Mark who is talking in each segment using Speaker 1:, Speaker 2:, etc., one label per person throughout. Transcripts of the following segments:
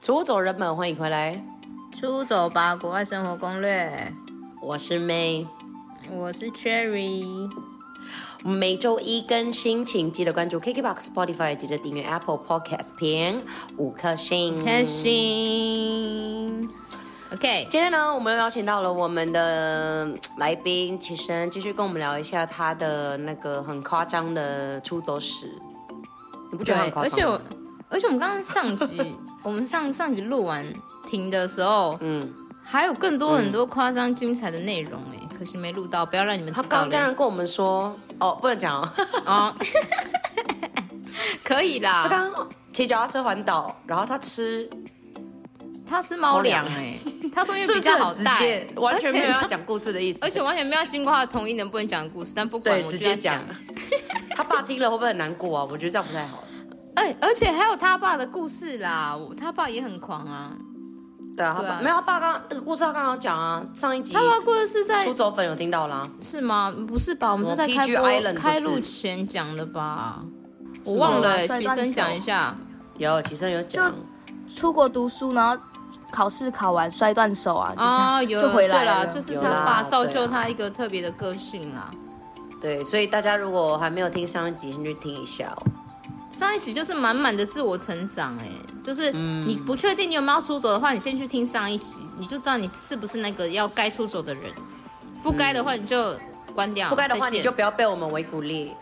Speaker 1: 出走人们，欢迎回来，
Speaker 2: 出走吧，国外生活攻略。
Speaker 1: 我是 May。
Speaker 2: 我是 Cherry，
Speaker 1: 每周一更新，请记得关注 KKBOX、Spotify，记得订阅 Apple Podcast，评五颗星。
Speaker 2: 开心。OK，嗯
Speaker 1: 今天呢，我们邀请到了我们的嗯来宾齐生，继续跟我们聊一下他的那个很夸张的出走史。你不觉
Speaker 2: 对
Speaker 1: 得很，夸
Speaker 2: 而
Speaker 1: 张吗？
Speaker 2: 且我，而且我们刚刚 上集，我们上上集录完停的时候，
Speaker 1: 嗯，
Speaker 2: 还有更多很多夸张精彩的内容哎、可惜没录到，不要让你们
Speaker 1: 他
Speaker 2: 知
Speaker 1: 刚
Speaker 2: 道
Speaker 1: 刚家
Speaker 2: 了
Speaker 1: 人跟我们说，哦，不能讲哦。
Speaker 2: 哦。 可 以
Speaker 1: 他
Speaker 2: 啦，
Speaker 1: 刚刚骑脚踏车环岛，然后他吃
Speaker 2: 他吃猫粮
Speaker 1: 猫粮
Speaker 2: 哎、他说因
Speaker 1: 是
Speaker 2: 为
Speaker 1: 不
Speaker 2: 比
Speaker 1: 是
Speaker 2: 较好
Speaker 1: 很直
Speaker 2: 带，
Speaker 1: 接？完全没有
Speaker 2: 而
Speaker 1: 要
Speaker 2: 且
Speaker 1: 讲故事的意思。
Speaker 2: 而且完全没有经过他的同意，能不能讲故事？但不管，
Speaker 1: 对，
Speaker 2: 我
Speaker 1: 直
Speaker 2: 就
Speaker 1: 接
Speaker 2: 要
Speaker 1: 讲。 他爸听了会不会很难过啊？我觉得这样不太好。
Speaker 2: 哎、而且还有他爸的故事啦，我他爸也很狂啊。
Speaker 1: 对啊，他
Speaker 2: 对
Speaker 1: 爸
Speaker 2: 啊
Speaker 1: 没有，他爸刚这个故事他刚刚讲啊，上一集
Speaker 2: 他爸故事是在
Speaker 1: 出走粉有听到啦。
Speaker 2: 是吗？不是吧？我们是在开
Speaker 1: PG Island
Speaker 2: 播
Speaker 1: 不是
Speaker 2: 开录前讲的吧？我忘了、欸，
Speaker 3: 摔
Speaker 2: 起
Speaker 3: 断
Speaker 2: 身
Speaker 3: 手
Speaker 2: 讲一下。
Speaker 1: 有，其实有讲
Speaker 3: 就，出国读书，然后考试考完摔断手啊，就这样、
Speaker 2: 哦，有
Speaker 3: 就回来
Speaker 2: 对啦，
Speaker 3: 了
Speaker 2: 就是
Speaker 1: 有
Speaker 2: 他
Speaker 1: 啦
Speaker 2: 爸
Speaker 1: 对
Speaker 2: 造就
Speaker 1: 啦
Speaker 2: 他一个特别的个性啦。
Speaker 1: 对，所以大家如果还没有听上一集，先去听一下哦。
Speaker 2: 上一集就是满满的自我成长、欸，哎，就是
Speaker 1: 嗯
Speaker 2: 你不确定你有没有出走的话，你先去听上一集，你就知道你是不是那个要该出走的人。不该的话你就关掉，
Speaker 1: 不该的话，
Speaker 2: 再见
Speaker 1: 你就不要被我们围鼓励，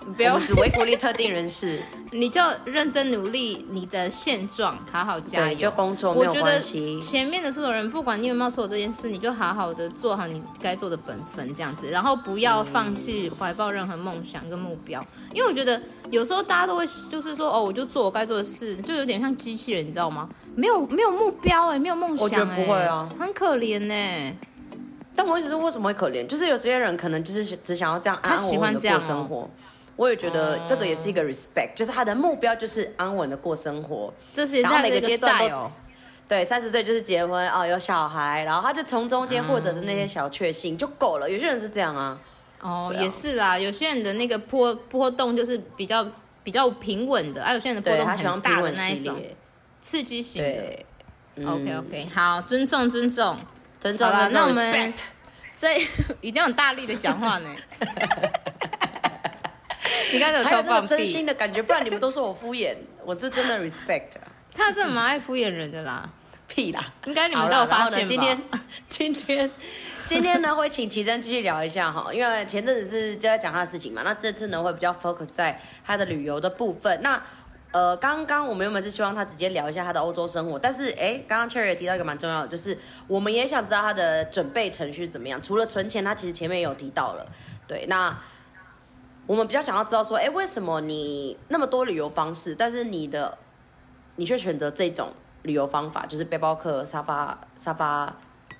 Speaker 2: 不
Speaker 1: 我
Speaker 2: 要
Speaker 1: 们，只围鼓励特定人士，
Speaker 2: 你就认真努力你的现状，好好加
Speaker 1: 对，
Speaker 2: 油。
Speaker 1: 就工作没
Speaker 2: 我
Speaker 1: 有
Speaker 2: 觉
Speaker 1: 关
Speaker 2: 得
Speaker 1: 系。
Speaker 2: 前面的出走人，不管你有没有做这件事，你就好好的做好你该做的本分，这样子，然后不要放弃怀抱任何梦想跟目标，因为我觉得有时候大家都会就是说，哦，我就做我该做的事，就有点像机器人，你知道吗？没有没有目标哎、没有梦想、欸，
Speaker 1: 我觉得不会啊，
Speaker 2: 很可怜呢、
Speaker 1: 但我一直是为什么会可怜，就是有些人可能就是只想要这样啊安
Speaker 2: 他
Speaker 1: 安
Speaker 2: 喜
Speaker 1: 稳稳
Speaker 2: 欢
Speaker 1: 的
Speaker 2: 这样
Speaker 1: 过
Speaker 2: 哦
Speaker 1: 生活。我也觉得这个也是一个 respect，、就是他的目标就是安稳的过生活。
Speaker 2: 这是也是
Speaker 1: 然后
Speaker 2: 他的
Speaker 1: 每个
Speaker 2: 一个
Speaker 1: 阶段都
Speaker 2: style，
Speaker 1: 对，三十岁就是结婚啊、哦有小孩，然后他就从中间获得的那些
Speaker 2: 嗯
Speaker 1: 小确幸、就够了。有些人是这样啊，
Speaker 2: 哦，
Speaker 1: 对啊
Speaker 2: 也是啦，有些人的那个波波动就是比较比较平稳的，而、啊有些人的波
Speaker 1: 对
Speaker 2: 动
Speaker 1: 他喜欢
Speaker 2: 很
Speaker 1: 平
Speaker 2: 大的
Speaker 1: 稳
Speaker 2: 那一
Speaker 1: 系
Speaker 2: 种，
Speaker 1: 列，
Speaker 2: 刺激型的。
Speaker 1: 对。嗯
Speaker 2: OK OK，好，尊重尊重，
Speaker 1: 尊重
Speaker 2: 好啦
Speaker 1: 尊重
Speaker 2: 那我们
Speaker 1: respect
Speaker 2: 这 一定要很大力的讲 话呢。你刚才有
Speaker 1: 才有
Speaker 2: 偷
Speaker 1: 那
Speaker 2: 放
Speaker 1: 个真心
Speaker 2: 屁，
Speaker 1: 的感觉，不然你们都说我敷衍，我是真的 respect 啊
Speaker 2: 他真的蛮爱敷衍人的啦。
Speaker 1: 屁啦。
Speaker 2: 应该你
Speaker 1: 好
Speaker 2: 们
Speaker 1: 啦
Speaker 2: 都有
Speaker 1: 然
Speaker 2: 发
Speaker 1: 后呢
Speaker 2: 现吧？
Speaker 1: 今天， 今天，今天呢，会请奇珍继续聊一下哈，因为前阵子是就在讲他的事情嘛，那这次呢会比较 focus 在他的旅游的部分。那呃，刚刚我们原本是希望他直接聊一下他的欧洲生活，但是哎，刚刚 Cherry 也提到一个蛮重要的，就是我们也想知道他的准备程序怎么样。除了存钱，他其实前面也有提到了，对，那。我们比较想要知道说，哎、为什么你那么多旅游方式，但是你的你却选择这种旅游方法，就是背包客、沙发、沙发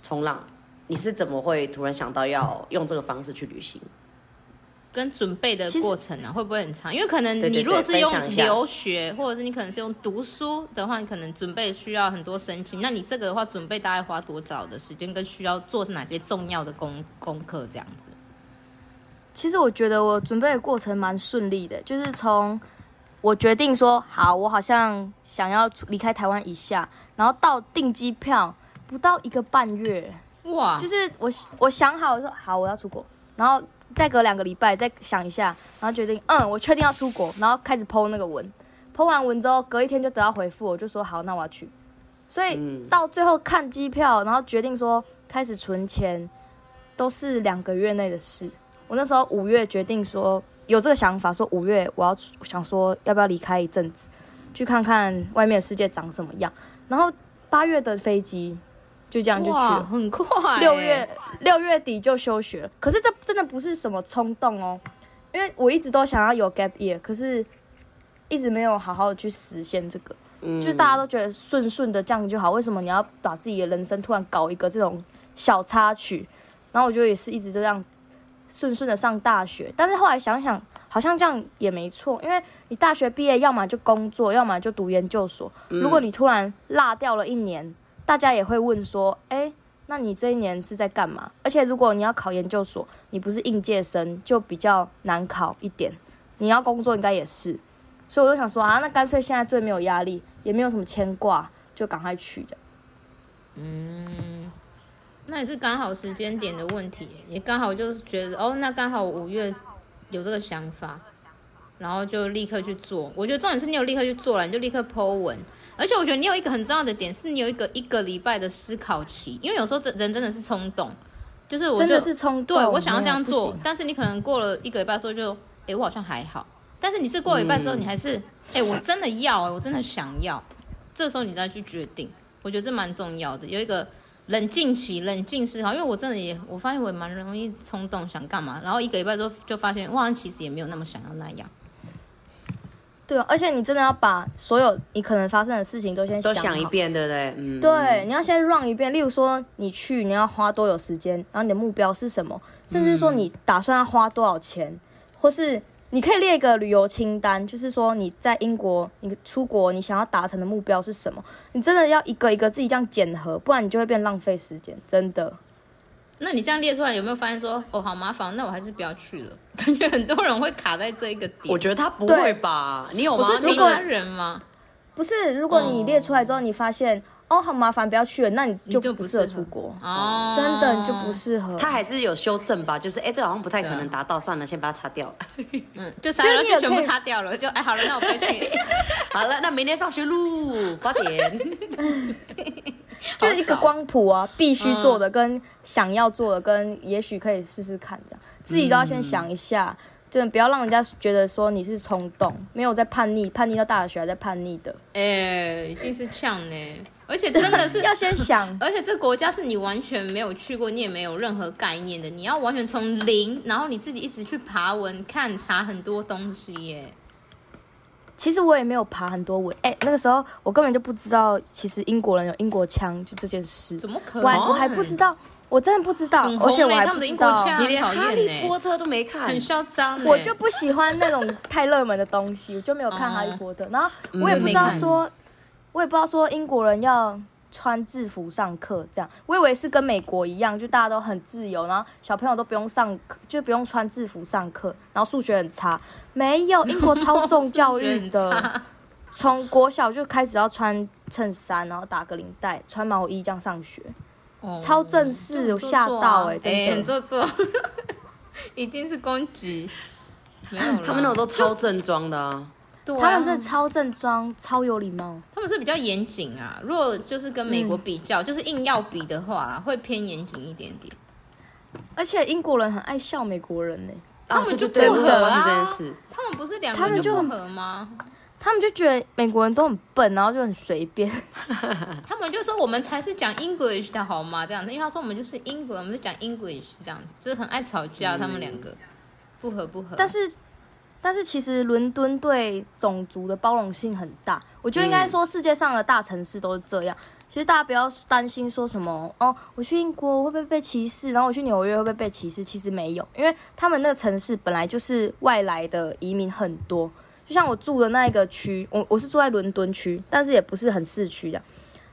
Speaker 1: 冲浪，你是怎么会突然想到要用这个方式去旅行？
Speaker 2: 跟准备的过程啊，会不会很长？因为可能
Speaker 1: 对对
Speaker 2: 你如果是
Speaker 1: 分享一
Speaker 2: 用
Speaker 1: 下
Speaker 2: 留学，或者是你可能是用读书的话，你可能准备需要很多申请。那你这个的话，准备大概花多少的时间，跟需要做哪些重要的功功课这样子？
Speaker 3: 其实我觉得我准备的过程蛮顺利的，就是从我决定说好，我好像想要出离开台湾一下，然后到订机票不到一个半月，
Speaker 2: 哇，
Speaker 3: 就是我我想好我说好我要出国，然后再隔两个礼拜再想一下，然后决定嗯我确定要出国，然后开始 PO 那个文，PO 完文之后隔一天就得到回复，我就说好那我要去，所以
Speaker 1: 嗯，
Speaker 3: 到最后看机票，然后决定说开始存钱，都是两个月内的事。我那时候五月决定说有这个想法，说五月我要出想说要不要离开一阵子，去看看外面的世界长什么样。然后八月的飞机就这样就去
Speaker 2: 哇，
Speaker 3: 了，
Speaker 2: 很快欸、
Speaker 3: 六月六月底就休学了。可是这真的不是什么冲动哦，因为我一直都想要有 gap year，可是一直没有好好的去实现这个。
Speaker 1: 嗯
Speaker 3: 就是大家都觉得顺顺的这样就好，为什么你要把自己的人生突然搞一个这种小插曲？然后我觉得也是一直就这样顺顺的上大学，但是后来想想，好像这样也没错，因为你大学毕业，要么就工作，要么就读研究所。如果你突然落掉了一年，大家也会问说，哎、那你这一年是在干嘛？而且如果你要考研究所，你不是应届生，就比较难考一点。你要工作应该也是，所以我就想说啊，那干脆现在最没有压力，也没有什么牵挂，就赶快去的。
Speaker 2: 那也是刚好时间点的问题，也刚好就是觉得哦，那刚好五月有这个想法，然后就立刻去做。我觉得重点是你有立刻去做了，你就立刻 Po 文，而且我觉得你有一个很重要的点是你有一个一个礼拜的思考期，因为有时候这人真的是冲动，就是我
Speaker 3: 真
Speaker 2: 就
Speaker 3: 的是冲动，
Speaker 2: 对我想要这样
Speaker 3: 哦没有
Speaker 2: 做
Speaker 3: 不行，
Speaker 2: 但是你可能过了一个礼拜之后就，诶，我好像还好。但是你是过了一半之后，你还是，
Speaker 3: 嗯
Speaker 2: 诶，我真的要、诶我真的想要，这时候你再去决定，我觉得这蛮重要的，有一个冷静期，冷静思考。因为我真的也，我发现我也蛮容易冲动，想干嘛，然后一个礼拜之后就发现，哇，其实也没有那么想要那样。
Speaker 3: 对啊，而且你真的要把所有你可能发生的事情都先
Speaker 1: 都
Speaker 3: 想
Speaker 1: 想一
Speaker 3: 好。
Speaker 1: 遍，对不对？嗯，
Speaker 3: 对，你要先 run 一遍。例如说，你去你要花多久时间，然后你的目标是什么，甚至
Speaker 2: 嗯
Speaker 3: 说你打算要花多少钱，或是你可以列一个旅游清单，就是说你在英国你出国你想要达成的目标是什么，你真的要一个一个自己这样检核，不然你就会变浪费时间，真的。
Speaker 2: 那你这样列出来，有没有发现说，哦，好麻烦，那我还是不要去了？ 感觉很多人会卡在这一个点。
Speaker 1: 我觉得他不
Speaker 3: 对
Speaker 1: 会吧？你有
Speaker 2: 我
Speaker 1: 吗？
Speaker 2: 是
Speaker 1: 你
Speaker 2: 其他人吗？
Speaker 3: 不是，如果你列出来之后，你发现哦好麻烦，不要去了，那你
Speaker 2: 你
Speaker 3: 就
Speaker 2: 就
Speaker 3: 不
Speaker 2: 不
Speaker 3: 适合
Speaker 2: 适合啊
Speaker 3: 出国，
Speaker 2: 哦，
Speaker 3: 真的你就不适合。
Speaker 1: 他还是有修正吧，就是哎、这好像不太可
Speaker 2: 对
Speaker 1: 能
Speaker 2: 啊
Speaker 1: 达到，算了，先把它擦掉。
Speaker 2: 嗯，就擦
Speaker 3: 就是
Speaker 2: 了，
Speaker 3: 你
Speaker 2: 就
Speaker 3: 也
Speaker 2: 全
Speaker 3: 可
Speaker 2: 部
Speaker 3: 以
Speaker 2: 擦掉了，就哎，好了，那我不要去。
Speaker 1: 好了，那明天上学路八点，
Speaker 3: 就是一个光谱啊，必须做的跟想要做的跟也许可以试试看这样，自己都要先想一下，真的不要让人家觉得说你是冲动，没有在叛逆，叛逆到大学还在叛逆的，
Speaker 2: 哎、一定是呛呢、而且真的是。
Speaker 3: 要先想
Speaker 2: 而且这国家是你完全没有去过，你也没有任何概念的，你要完全从零，然后你自己一直去爬文、看、查很多东西耶、
Speaker 3: 其实我也没有爬很多文，哎、那个时候我根本就不知道，其实英国人有英国腔，就这件事，
Speaker 2: 怎么可
Speaker 3: 我
Speaker 2: 能？哦
Speaker 3: 还我还不知道，我真的不知道
Speaker 2: 很，红
Speaker 3: 而且我
Speaker 2: 嘞
Speaker 3: 还
Speaker 2: 他
Speaker 3: 不
Speaker 2: 们的英
Speaker 3: 知
Speaker 2: 国
Speaker 3: 道，
Speaker 2: 腔
Speaker 1: 你连
Speaker 2: 讨厌
Speaker 1: 哈利
Speaker 2: 欸
Speaker 1: 波特都没看
Speaker 2: 很，嚣张、欸，
Speaker 3: 哎我就不喜欢那种太热门的东西，我就没有看《哈利波
Speaker 2: 哦
Speaker 3: 特》，然后我也不知
Speaker 2: 嗯
Speaker 3: 道说，我也不知道说英国人要穿制服上课这样，我以为是跟美国一样，就大家都很自由，然后小朋友都不用上课，就不用穿制服上课，然后数学很差，没有，英国超重教育
Speaker 2: 人
Speaker 3: 的，
Speaker 2: 渣
Speaker 3: 从国小就开始要穿衬衫，然后打个领带，穿毛衣这样上学，
Speaker 2: 哦
Speaker 3: 超正式
Speaker 2: 这很
Speaker 3: 有
Speaker 2: 做
Speaker 3: 吓
Speaker 2: 作
Speaker 3: 到
Speaker 2: 啊
Speaker 3: 欸真的
Speaker 2: 哎、很做作， 一定是攻击，没有啦
Speaker 1: 他们那种都超正装的啊。
Speaker 2: 对啊
Speaker 3: 他们真的超正装，超有礼貌。
Speaker 2: 他们是比较严谨啊。如果就是跟美国比
Speaker 3: 嗯
Speaker 2: 较，就是硬要比的话，会偏严谨一点点。
Speaker 3: 而且英国人很爱笑美国人呢、
Speaker 1: 啊
Speaker 2: 他们
Speaker 1: 对
Speaker 2: 就
Speaker 1: 对对
Speaker 2: 不
Speaker 1: 我有发现
Speaker 2: 合
Speaker 1: 这
Speaker 2: 啊
Speaker 1: 件事，
Speaker 2: 他们不是两
Speaker 3: 他
Speaker 2: 个
Speaker 3: 们
Speaker 2: 就
Speaker 3: 就
Speaker 2: 不
Speaker 3: 很
Speaker 2: 合吗？
Speaker 3: 他们就觉得美国人都很笨，然后就很随便。
Speaker 2: 他们就说我们才是讲 English 的好吗？这样子，因为他说我们就是 English，我们就讲 English 这样子，就是很爱吵架。他们两个不合不合，
Speaker 3: 但是，但是其实伦敦对种族的包容性很大，我觉得应该说世界上的大城市都是这样。其实大家不要担心说什么哦，我去英国会不会被歧视，然后我去纽约会不会被歧视？其实没有，因为他们那个城市本来就是外来的移民很多。就像我住的那一个区，我我是住在伦敦区，但是也不是很市区的。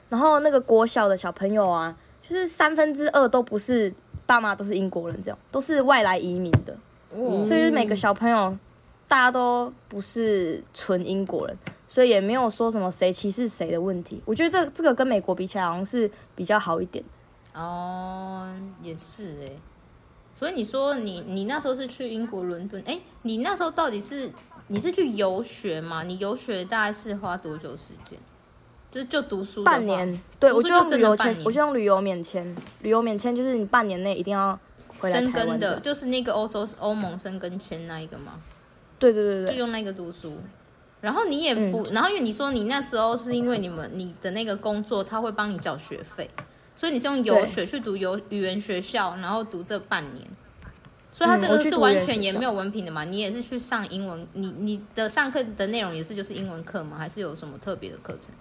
Speaker 3: 然后那个国小的小朋友啊，就是三分之二都不是爸妈都是英国人，这样都是外来移民的。
Speaker 2: 哦
Speaker 3: 所以就是每个小朋友，大家都不是纯英国人，所以也没有说什么谁歧视谁的问题。我觉得这这个跟美国比起来，好像是比较好一点。
Speaker 2: 哦也是哎、所以你说你你那时候是去英国伦敦，哎、你那时候到底是你是去游学吗？你游学大概是花多久时间？就是就读书的话
Speaker 3: 半年，对
Speaker 2: 读
Speaker 3: 我
Speaker 2: 书
Speaker 3: 就
Speaker 2: 就真的
Speaker 3: 用旅游
Speaker 2: 半
Speaker 3: 签
Speaker 2: 年，
Speaker 3: 我就用旅游免签。旅游免签就是你半年内一定要回来
Speaker 2: 生
Speaker 3: 台
Speaker 2: 根
Speaker 3: 湾
Speaker 2: 的，
Speaker 3: 的。
Speaker 2: 就是那个欧洲欧盟生根签那一个吗？
Speaker 3: 对对对嗯
Speaker 2: 就
Speaker 3: 对，
Speaker 2: 用那个读书。然后你也不，然后因为你说你那时候是因为你们你的那个工作，他会帮你缴学费，所以你是用游学去读游语言学校，然后读这半年，所以他
Speaker 3: 嗯
Speaker 2: 这个
Speaker 3: 我去
Speaker 2: 是
Speaker 3: 读
Speaker 2: 完
Speaker 3: 语言
Speaker 2: 全
Speaker 3: 学
Speaker 2: 也
Speaker 3: 校
Speaker 2: 没有文凭的嘛？你也是去上英文，你你的上课的内容也是就是英文课吗？还是有什么特别的课程？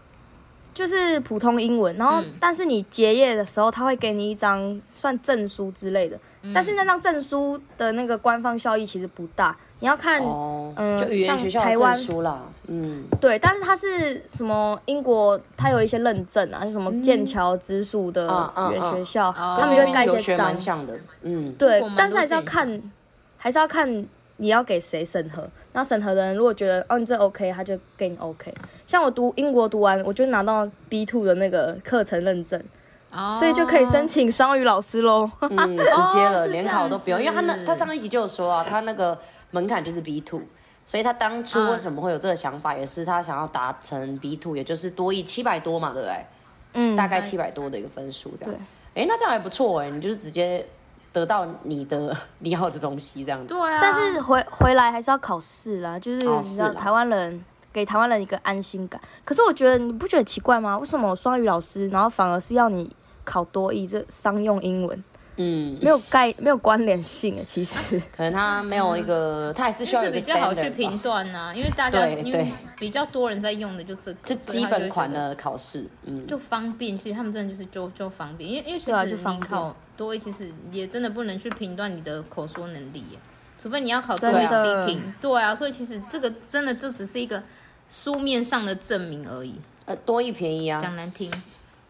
Speaker 3: 就是普通英文。然后，
Speaker 2: 嗯
Speaker 3: 但是你结业的时候，他会给你一张算证书之类的，但是那张证书的那个官方效益其实不大，你要看。
Speaker 1: 哦，
Speaker 3: 嗯
Speaker 1: 就语言
Speaker 3: 像
Speaker 1: 学校的
Speaker 3: 台
Speaker 1: 证
Speaker 3: 湾
Speaker 1: 书啦，嗯，
Speaker 3: 对，但是它是什么？英国它有一些认证啊，就什么剑桥直属的
Speaker 1: 嗯嗯
Speaker 3: 语言
Speaker 1: 嗯
Speaker 3: 学校，
Speaker 2: 哦
Speaker 3: 他们就会盖一
Speaker 1: 游
Speaker 3: 些
Speaker 1: 学
Speaker 3: 章
Speaker 1: 蛮。像的，嗯，
Speaker 3: 对
Speaker 2: 英国，蛮
Speaker 3: 但是
Speaker 2: 多
Speaker 3: 还是要
Speaker 2: 建议
Speaker 3: 看，还是要看你要给谁审核。那审核的人如果觉得哦你这 OK，他就给你 OK。像我读英国读完，我就拿到 B two 的那个课程认证，
Speaker 2: 哦
Speaker 3: 所以就可以申请双语老师喽。
Speaker 1: 嗯，直接了，
Speaker 2: 啊哦是
Speaker 1: 联
Speaker 2: 这
Speaker 1: 考
Speaker 2: 样
Speaker 1: 都不用，因为他那
Speaker 2: 子
Speaker 1: 他上一集就有说啊，他那个门槛就是 B two，所以他当初
Speaker 2: 嗯
Speaker 1: 为什么会有这个想法，也是他想要达成 B two，也就是多一七百多嘛，对不对？
Speaker 3: 嗯，
Speaker 1: 大概七百多的一个分数这样
Speaker 3: 对。
Speaker 1: 哎，那这样还不错哎，你就是直接得到你的你要的东西这样子。
Speaker 2: 对啊，
Speaker 3: 但是回回来还是要考试啦，就是
Speaker 1: 哦
Speaker 3: 你知道
Speaker 1: 是啦
Speaker 3: 台湾人给台湾人一个安心感。可是我觉得你不觉得很奇怪吗？为什么双语老师，然后反而是要你考多译这商用英文，
Speaker 1: 嗯，
Speaker 3: 没有概没有关联性欸诶，其实。
Speaker 1: 可能他没有一个，他还是需
Speaker 2: 嗯因
Speaker 1: 要有
Speaker 2: 为这
Speaker 1: 一个
Speaker 2: 比较好去
Speaker 1: standard 吧
Speaker 2: 评断啊呐，因为大家
Speaker 1: 对
Speaker 2: 因
Speaker 1: 对
Speaker 2: 为比较多人在用的就这个，
Speaker 1: 这
Speaker 2: 所以
Speaker 1: 基
Speaker 2: 他就会
Speaker 1: 本款
Speaker 2: 觉得
Speaker 1: 的考试，嗯，
Speaker 2: 就方便，其实他们真的就是就就方便，因为因为其
Speaker 3: 对啊
Speaker 2: 实
Speaker 3: 就方
Speaker 2: 你
Speaker 3: 便
Speaker 2: 考多一，其实也真的不能去评断你的口说能力耶，除非你要考多
Speaker 3: 真
Speaker 2: 一
Speaker 1: 的
Speaker 2: speaking，对啊，所以其实这个真的就只是一个书面上的证明而已，
Speaker 1: 呃，多一便宜啊，
Speaker 2: 讲难听，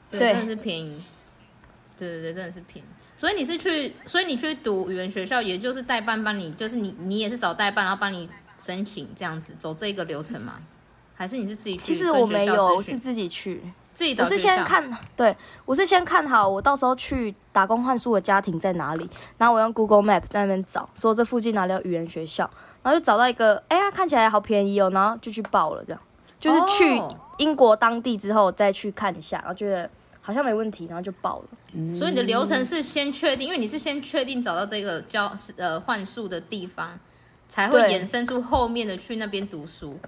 Speaker 2: 对，
Speaker 3: 对
Speaker 2: 真的是便宜，对对对，真的是便宜。所以你是去，所以你去读语言学校，也就是代办帮你，就是你你也是找代办，然后帮你申请这样子，走这个流程吗？还是你是自 己去
Speaker 3: 其
Speaker 2: 跟学校咨询？
Speaker 3: 实我没有，我是自己去。
Speaker 2: 自己
Speaker 3: 我
Speaker 2: 找
Speaker 3: 是
Speaker 2: 学校。
Speaker 3: 先看，对我是先看好我到时候去打工换宿的家庭在哪里，然后我用 Google Map 在那边找，说这附近哪里有语言学校，然后就找到一个，哎呀看起来好便宜哦，然后就去报了，这样就是去
Speaker 2: 哦
Speaker 3: 英国当地之后再去看一下，然后觉得好像没问题，然后就报了。
Speaker 2: 所以你的流程是先确定，因为你是先确定找到这个交呃换宿的地方，才会
Speaker 3: 对
Speaker 2: 衍生出后面的去那边读书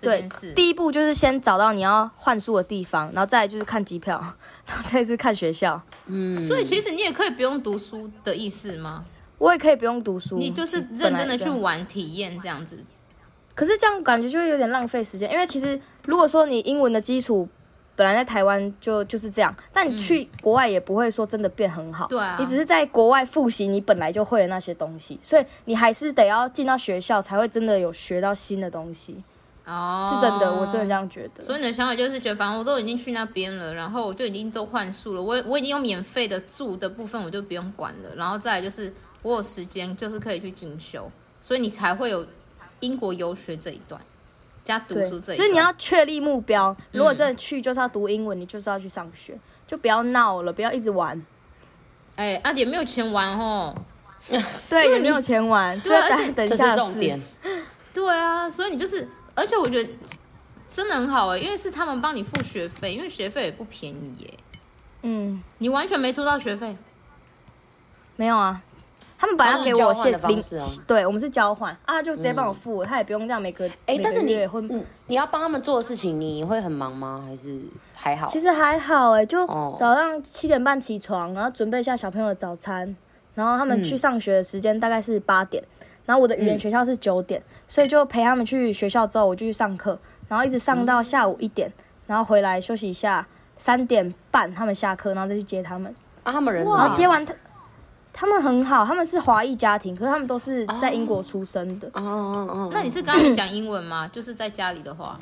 Speaker 2: 这
Speaker 3: 对
Speaker 2: 件事，。
Speaker 3: 第一步就是先找到你要换宿的地方，然后再来就是看机票， 然后再是看学校。
Speaker 1: 嗯，
Speaker 2: 所以其实你也可以不用读书的意思吗？
Speaker 3: 我也可以不用读书，
Speaker 2: 你就是
Speaker 3: 本
Speaker 2: 认
Speaker 3: 来
Speaker 2: 真的去
Speaker 3: 对
Speaker 2: 玩体验这样子。
Speaker 3: 可是这样感觉就会有点浪费时间，因为其实如果说你英文的基础本来在台湾就就是这样，但你去国外也不会说真的变很好，
Speaker 2: 对啊
Speaker 3: 你只是在国外复习你本来就会的那些东西，所以你还是得要进到学校才会真的有学到新的东西，
Speaker 2: 哦，
Speaker 3: 是真的，我真的这。样觉得。
Speaker 2: 所以你的想法就是觉得，反正我都已经去那边了，然后我就已经都换宿了，我我已经有免费的住的部分，我就不用管了。然后再来就是我有时间，就是可以去进修，所以你才会有英国游学这一段加读
Speaker 3: 对，
Speaker 2: 书这一段。
Speaker 3: 所以你要确立目标，如果真的去就是要读英文，你就是要去上学，就不要闹了，不要一直玩。
Speaker 2: 哎、阿姐没有钱玩哦。
Speaker 3: 对，也没有钱玩，
Speaker 2: 对啊
Speaker 3: 这
Speaker 2: 而且
Speaker 3: 等一
Speaker 1: 这
Speaker 3: 下
Speaker 1: 是
Speaker 3: 的
Speaker 1: 重
Speaker 3: 事
Speaker 1: 点，
Speaker 2: 对啊，所以你就是，而且我觉得真的很好哎、因为是他们帮你付学费，因为学费也不便宜耶、
Speaker 3: 嗯。
Speaker 2: 你完全没出到学费。
Speaker 3: 没有啊，他们本来要给我现
Speaker 1: 他们
Speaker 3: 零
Speaker 1: 是交换的方式，啊
Speaker 3: 对我们是交换啊，就直接帮我付，他也不用这样每个
Speaker 1: 哎
Speaker 3: 每，个
Speaker 1: 但是你
Speaker 3: 月会
Speaker 1: 你你要帮他们做的事情，你会很忙吗？还是还好？
Speaker 3: 其实还好哎、就
Speaker 1: 哦
Speaker 3: 早上七点半起床，然后准备一下小朋友的早餐，然后他们去上学的时间大概
Speaker 1: 嗯
Speaker 3: 是八点，然后我的语言学校是九点，所以就陪他们去学校之后，我就去上课，然后一直上到下午一点，然后回来休息一下，三点半他们下课，然后再去接他们。
Speaker 1: 啊，他们人
Speaker 3: 然
Speaker 1: 哇
Speaker 3: 后接完他，他们很好，他们是华裔家庭，可是他们都是
Speaker 1: 啊
Speaker 3: 在英国出生的，
Speaker 1: 哦哦哦，
Speaker 2: 那你是跟他们讲英文吗？就是在家里的话，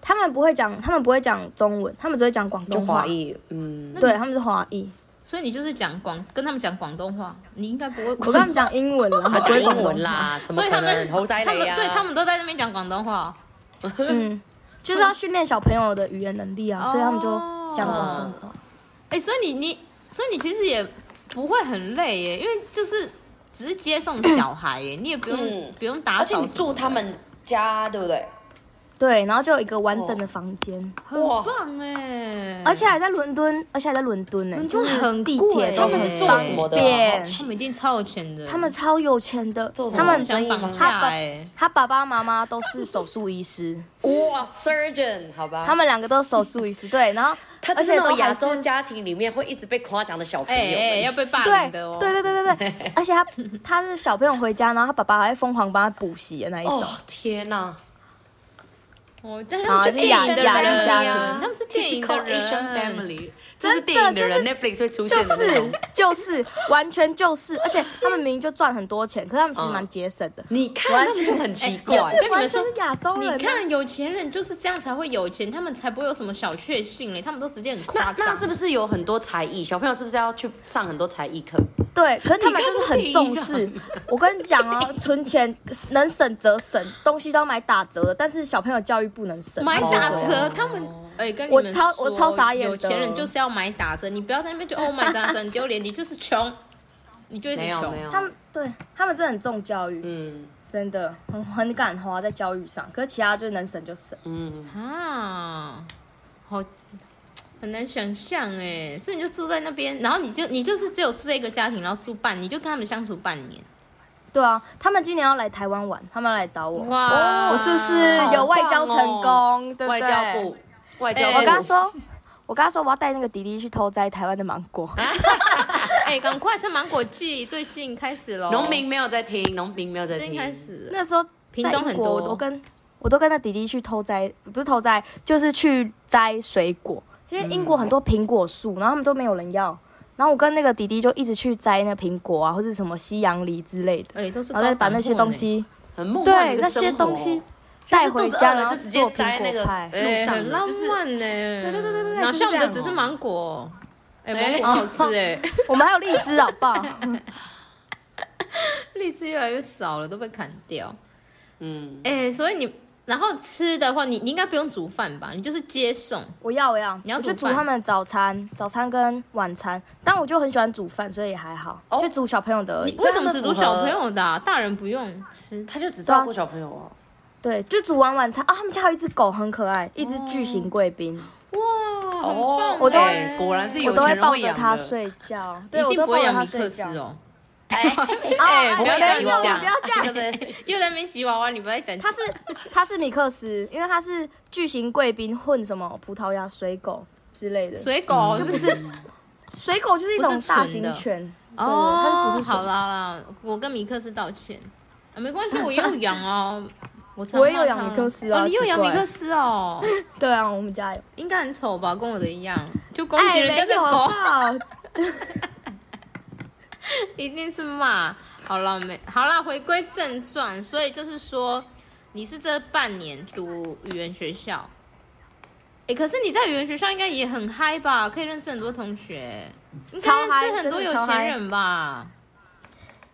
Speaker 3: 他们不会讲，他们不会讲中文，他们只会讲广
Speaker 1: 就
Speaker 3: 东话
Speaker 1: 华。裔，嗯，
Speaker 3: 对，他们是华裔。
Speaker 2: 所以你就是讲广跟他们讲广东话，你应该不会。
Speaker 3: 我跟他们讲英文 啦，
Speaker 1: 他
Speaker 3: 不
Speaker 1: 讲
Speaker 3: 会
Speaker 1: 英
Speaker 3: 广东
Speaker 1: 文。啦，怎么
Speaker 2: 所以
Speaker 1: 可
Speaker 2: 他
Speaker 1: 能
Speaker 2: 们
Speaker 1: 猴塞
Speaker 2: 他
Speaker 1: 雷
Speaker 2: 们
Speaker 1: 啊？
Speaker 2: 所以他们都在那边讲广东话哦。
Speaker 3: 嗯，就是要训练小朋友的语言能力啊，
Speaker 1: 哦
Speaker 3: 所以他们就讲广东话。
Speaker 2: 哎、所以你你所以你其实也不会很累耶，因为就是只是接送小孩耶，你也不用、
Speaker 1: 嗯
Speaker 2: 不用打
Speaker 1: 而且
Speaker 2: 扫
Speaker 1: 你
Speaker 2: 什么，
Speaker 1: 住他们家，对不对？
Speaker 3: 对，然后就有一个完整的房间，
Speaker 2: 很
Speaker 1: 哇
Speaker 2: 棒哎。
Speaker 3: 而且还在伦敦，而且还在伦敦呢、
Speaker 2: 伦
Speaker 3: 就
Speaker 2: 敦
Speaker 3: 是
Speaker 2: 很
Speaker 3: 地
Speaker 2: 贵
Speaker 3: 铁都
Speaker 2: 他
Speaker 3: 很
Speaker 2: 们是做什
Speaker 1: 么的啊
Speaker 3: 方便
Speaker 1: 好奇
Speaker 2: 哦他们一定超有钱的，
Speaker 3: 他们超有钱的，
Speaker 1: 做什么
Speaker 3: 他们
Speaker 1: 生
Speaker 2: 想
Speaker 1: 意吗
Speaker 2: 绑
Speaker 3: 他
Speaker 2: 架
Speaker 3: 爸
Speaker 2: 哎。
Speaker 3: 他爸爸妈妈都是手术医师，
Speaker 1: 哇，surgeon，好吧，
Speaker 3: 他们两个都是手术医师，对，然后
Speaker 1: 他就
Speaker 3: 而
Speaker 1: 是
Speaker 3: 且
Speaker 1: 那
Speaker 3: 都
Speaker 1: 种亚
Speaker 3: 还
Speaker 1: 洲
Speaker 3: 是
Speaker 1: 家庭里面会一直被夸奖的小朋
Speaker 2: 哎
Speaker 1: 友
Speaker 2: 哎、
Speaker 1: 们，
Speaker 2: 要被霸
Speaker 3: 对
Speaker 2: 凌的哦！
Speaker 3: 对对对对对，而且他他是
Speaker 1: 哎
Speaker 3: 哦
Speaker 1: 哦
Speaker 3: 小朋友回家，然后他爸爸还会疯狂帮他补习的那一种
Speaker 1: 哦，天哪，
Speaker 2: 哦，但他
Speaker 3: 好
Speaker 2: 们是
Speaker 3: 是
Speaker 2: 电
Speaker 3: 亚
Speaker 2: 影的
Speaker 3: 亚
Speaker 2: 人
Speaker 3: 人家
Speaker 2: 呀
Speaker 3: 庭
Speaker 2: 他们是电影的
Speaker 1: Typical
Speaker 2: 人
Speaker 1: Asian family，这是电影的人 Netflix 会出
Speaker 3: 就
Speaker 1: 现的那
Speaker 3: 是
Speaker 1: 种。
Speaker 3: 就是完全就是，而且他们明明就赚很多钱，可是他们其实蛮节省的，
Speaker 1: 你看他们就很奇怪，
Speaker 2: 完全跟你们
Speaker 3: 完全
Speaker 2: 说
Speaker 3: 是亚洲人啊。
Speaker 2: 你看有钱人就是这样才会有钱，他们才不会有什么小确幸嘞，他们都直接很夸
Speaker 1: 那那
Speaker 2: 张。
Speaker 1: 是不是有很多才艺？小朋友是不是要去上很多才艺课？
Speaker 3: 对，可是他们
Speaker 1: 你看这
Speaker 3: 就是
Speaker 1: 个
Speaker 3: 很重
Speaker 1: 第一个
Speaker 3: 视。我跟你讲哦，存钱能省则省，东西都要买打折的，但是小朋友教育不能省。
Speaker 2: 买
Speaker 3: 哦
Speaker 2: 打
Speaker 3: 这样
Speaker 2: 折，他们哎、跟你
Speaker 3: 哦我
Speaker 2: 们
Speaker 3: 超
Speaker 2: 说
Speaker 3: 我超傻眼的
Speaker 2: 有钱人就是要买打折，你不要在那边就哦买打折很丢脸，你就是穷，你就一直
Speaker 1: 没有没
Speaker 2: 穷。
Speaker 1: 有，
Speaker 3: 他们对他们真的很重教育，
Speaker 1: 嗯
Speaker 3: 真的很很敢花在教育上。可是其他就能省就省。
Speaker 1: 嗯，
Speaker 2: 啊，好很难想象哎，所以你就住在那边，然后你就你就是只有这个家庭，然后住半，你就跟他们相处半年，
Speaker 3: 对啊，他们今年要来台湾玩，他们要来找我。
Speaker 2: 哇
Speaker 3: 我哦是不是有外交成功？对不
Speaker 1: 哦外
Speaker 3: 对？
Speaker 1: 交部，外交
Speaker 2: 哎
Speaker 1: 部，
Speaker 3: 我跟他说，我跟他说我要带那个迪迪去偷摘台湾的芒 果。
Speaker 2: 哎、赶快趁芒果季最近开始喽，
Speaker 1: 农民没有在听，农民没有在
Speaker 2: 最近
Speaker 1: 听，
Speaker 2: 开始了，
Speaker 3: 那时候
Speaker 2: 屏
Speaker 3: 在
Speaker 2: 东
Speaker 3: 英
Speaker 2: 很
Speaker 3: 国
Speaker 2: 多
Speaker 3: 我都跟我都跟那弟弟去偷摘，不是偷摘，就是去摘水果。因为英国很多苹果树，然后他们都没有人要。然后我跟那个弟弟就一直去摘那苹果啊，或者什么西洋梨之类的，
Speaker 2: 哎、都是
Speaker 3: 然后再
Speaker 2: 高
Speaker 3: 把
Speaker 2: 档
Speaker 3: 那些
Speaker 2: 货呢
Speaker 3: 东西，
Speaker 1: 很梦幻的
Speaker 3: 对
Speaker 1: 一
Speaker 3: 那
Speaker 1: 个生活
Speaker 3: 些东西带回家，然后
Speaker 1: 就直接
Speaker 3: 做
Speaker 1: 摘那
Speaker 3: 苹
Speaker 1: 个
Speaker 3: 果派。
Speaker 2: 哎、
Speaker 1: 路上
Speaker 2: 很
Speaker 1: 的
Speaker 2: 浪
Speaker 1: 就是
Speaker 2: 漫呢、对
Speaker 3: 对对对对
Speaker 2: 哪
Speaker 3: 就是
Speaker 2: 像我们的
Speaker 3: 这样哦
Speaker 2: 只是芒果，哎、
Speaker 1: 哎
Speaker 2: 芒果好吃哎、
Speaker 3: 我们还有荔枝，好不好？
Speaker 2: 荔枝越来越少了，都被砍掉。
Speaker 1: 嗯，
Speaker 2: 哎、所以你然后吃的话，你你应该不用煮饭吧？你就是接送。
Speaker 3: 我要，我要，
Speaker 2: 你要
Speaker 3: 我就
Speaker 2: 煮
Speaker 3: 煮
Speaker 2: 饭
Speaker 3: 他们的早餐、早餐跟晚餐。但我就很喜欢煮饭，所以也还好，
Speaker 1: 哦
Speaker 3: 就煮小朋友的而
Speaker 2: 你
Speaker 3: 已。
Speaker 2: 为什么只煮小朋友的啊、大人不用吃。
Speaker 1: 他就只照顾小朋友哦。
Speaker 3: 对，就煮完晚餐啊，他们家有一只狗很可
Speaker 2: 哦
Speaker 3: 爱，一只巨型贵宾，
Speaker 2: 哇，很棒、
Speaker 1: 哦
Speaker 2: 欸！
Speaker 3: 我都会
Speaker 1: 哎果然是
Speaker 3: 我
Speaker 1: 有
Speaker 3: 都
Speaker 1: 钱
Speaker 3: 会
Speaker 1: 人
Speaker 3: 抱
Speaker 1: 会
Speaker 3: 着
Speaker 1: 养
Speaker 3: 它
Speaker 1: 的。
Speaker 3: 睡觉，对，
Speaker 2: 一
Speaker 3: 我
Speaker 2: 定
Speaker 3: 都
Speaker 2: 不
Speaker 3: 抱
Speaker 2: 会
Speaker 3: 着
Speaker 2: 养
Speaker 3: 它
Speaker 2: 米
Speaker 3: 睡
Speaker 2: 克斯
Speaker 3: 觉。
Speaker 2: 哦。
Speaker 3: 哎
Speaker 2: 不要
Speaker 3: 不要
Speaker 2: 这
Speaker 3: 这
Speaker 2: 样
Speaker 3: 样，
Speaker 2: 讲
Speaker 3: 不要这样。
Speaker 1: 对，
Speaker 2: 又在那边挤娃娃，你不要再讲。
Speaker 3: 它是 它是米克斯，因为它是巨型贵宾混什么葡萄牙水狗之类的。
Speaker 2: 水狗，
Speaker 3: 嗯
Speaker 2: 就不是
Speaker 3: 水狗就是一
Speaker 2: 不
Speaker 3: 种
Speaker 2: 是纯的
Speaker 3: 大型犬，对，对它
Speaker 2: 哦
Speaker 3: 是不是
Speaker 2: 好
Speaker 3: 纯的？
Speaker 2: 啦好啦，我跟米克斯道歉，啊、没关系，我也有养 哦。我常
Speaker 3: 我也有
Speaker 2: 骂
Speaker 3: 养
Speaker 2: 它
Speaker 3: 米克斯啊
Speaker 2: 哦，你有养
Speaker 3: 奇
Speaker 2: 米
Speaker 3: 怪
Speaker 2: 克斯哦，
Speaker 3: 对啊，我们家有。
Speaker 2: 应该很丑吧，跟我的一 样，就攻击
Speaker 3: 哎，
Speaker 2: 人
Speaker 3: 没
Speaker 2: 家的
Speaker 3: 有
Speaker 2: 狗，
Speaker 3: 吧？
Speaker 2: 一定是骂。好了没，好啦，回归正传，所以就是说，你是这半年读语言学校，哎、可是你在语言学校应该也很嗨吧，可以认识很多同学，应该
Speaker 3: 超
Speaker 2: 认
Speaker 3: 嗨
Speaker 2: 识很多
Speaker 3: 真
Speaker 2: 有
Speaker 3: 的超
Speaker 2: 钱
Speaker 3: 嗨
Speaker 2: 人吧？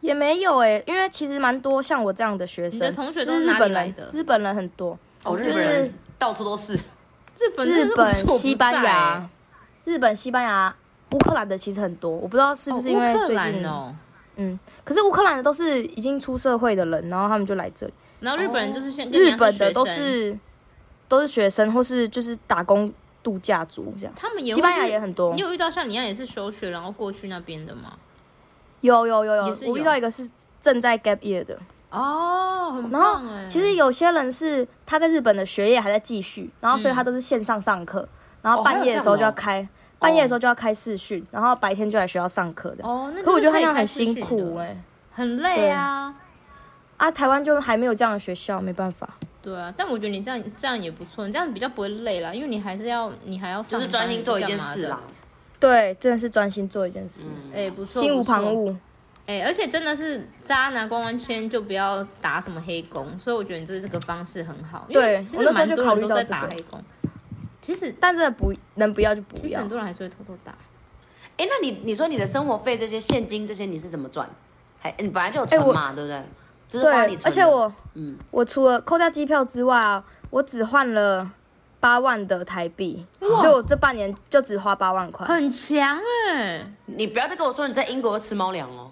Speaker 3: 也没有哎，因为其实蛮多像我这样的学生，
Speaker 2: 你的同学都
Speaker 3: 就是是
Speaker 2: 哪
Speaker 3: 日
Speaker 2: 里
Speaker 3: 本
Speaker 2: 来
Speaker 3: 人
Speaker 2: 的，
Speaker 3: 日本人很多，
Speaker 1: 哦，日
Speaker 3: 就
Speaker 1: 本
Speaker 3: 是
Speaker 1: 人到处都是。
Speaker 2: 日本真的
Speaker 3: 日
Speaker 2: 是无
Speaker 3: 本、
Speaker 2: 所不
Speaker 3: 西班
Speaker 2: 在欸
Speaker 3: 牙、日本、西班牙、乌克兰的其实很多，我不知道是不是因为
Speaker 2: 哦乌克
Speaker 3: 最
Speaker 2: 兰
Speaker 3: 近，
Speaker 2: 哦，
Speaker 3: 嗯，可是乌克兰的都是已经出社会的人，然后他们就来这里。
Speaker 2: 然后日本人就是现跟你一
Speaker 3: 哦日
Speaker 2: 样
Speaker 3: 本的
Speaker 2: 学
Speaker 3: 都
Speaker 2: 生
Speaker 3: 是都是学生，或是就是打工度假族这样。
Speaker 2: 他们也会
Speaker 3: 西班牙
Speaker 2: 是
Speaker 3: 也很多
Speaker 2: 你，有遇到像你一样也是休学然后过去那边的吗？
Speaker 3: 有有有有
Speaker 2: 也是，有
Speaker 3: 我遇到一个是正在 gap year 的，
Speaker 2: 哦，很
Speaker 3: 然后
Speaker 2: 棒哎。
Speaker 3: 其实有些人是他在日本的学业还在继续，然后所以
Speaker 2: 嗯
Speaker 3: 他都是线上上课，然后
Speaker 2: 哦
Speaker 3: 半夜的时候就要开，半夜的时候就要开视讯，然后白天就来学校上课的。
Speaker 2: 哦，那
Speaker 3: 可我觉得他
Speaker 2: 这
Speaker 3: 这样很辛苦哎、
Speaker 2: 欸很累啊。
Speaker 3: 啊，台湾就还没有这样的学校，没办法。
Speaker 2: 对啊，但我觉得你这样这样也不错，你这样比较不会累啦，因为你还是要你还要
Speaker 1: 就
Speaker 2: 上
Speaker 1: 是
Speaker 2: 班
Speaker 1: 专心做一件
Speaker 2: 还是
Speaker 1: 事
Speaker 2: 干
Speaker 1: 啦
Speaker 2: 嘛。
Speaker 3: 对，真的是专心做一件事，
Speaker 2: 的。哎，不错，
Speaker 3: 心无
Speaker 2: 不错
Speaker 3: 旁。骛。
Speaker 2: 哎，而且真的是大家拿观光签就不要打什么黑工，所以我觉得你这这个方式很好。因为
Speaker 3: 对
Speaker 2: 其
Speaker 3: 我
Speaker 2: 实
Speaker 3: 那时候
Speaker 2: 蛮
Speaker 3: 就
Speaker 2: 多
Speaker 3: 考
Speaker 2: 人
Speaker 3: 虑
Speaker 2: 都
Speaker 3: 到
Speaker 2: 在
Speaker 3: 这个
Speaker 2: 打黑工。其实
Speaker 3: 但真的不能不要就不
Speaker 2: 其实
Speaker 3: 要
Speaker 2: 很。多人还是会偷偷打。
Speaker 1: 哎，那你你说你的生活费这些现金这些你是怎么赚？还你本来就有
Speaker 3: 哎
Speaker 1: 存
Speaker 3: 我
Speaker 1: 嘛，对不对？就是
Speaker 3: 对
Speaker 1: 花你，存的。
Speaker 3: 而且我
Speaker 1: 嗯，
Speaker 3: 我除了扣掉机票之外啊，我只换了八万的台币，所以我这半年就只花八万块。
Speaker 2: 很强哎、
Speaker 1: 你不要再跟我说你在英国吃猫粮哦。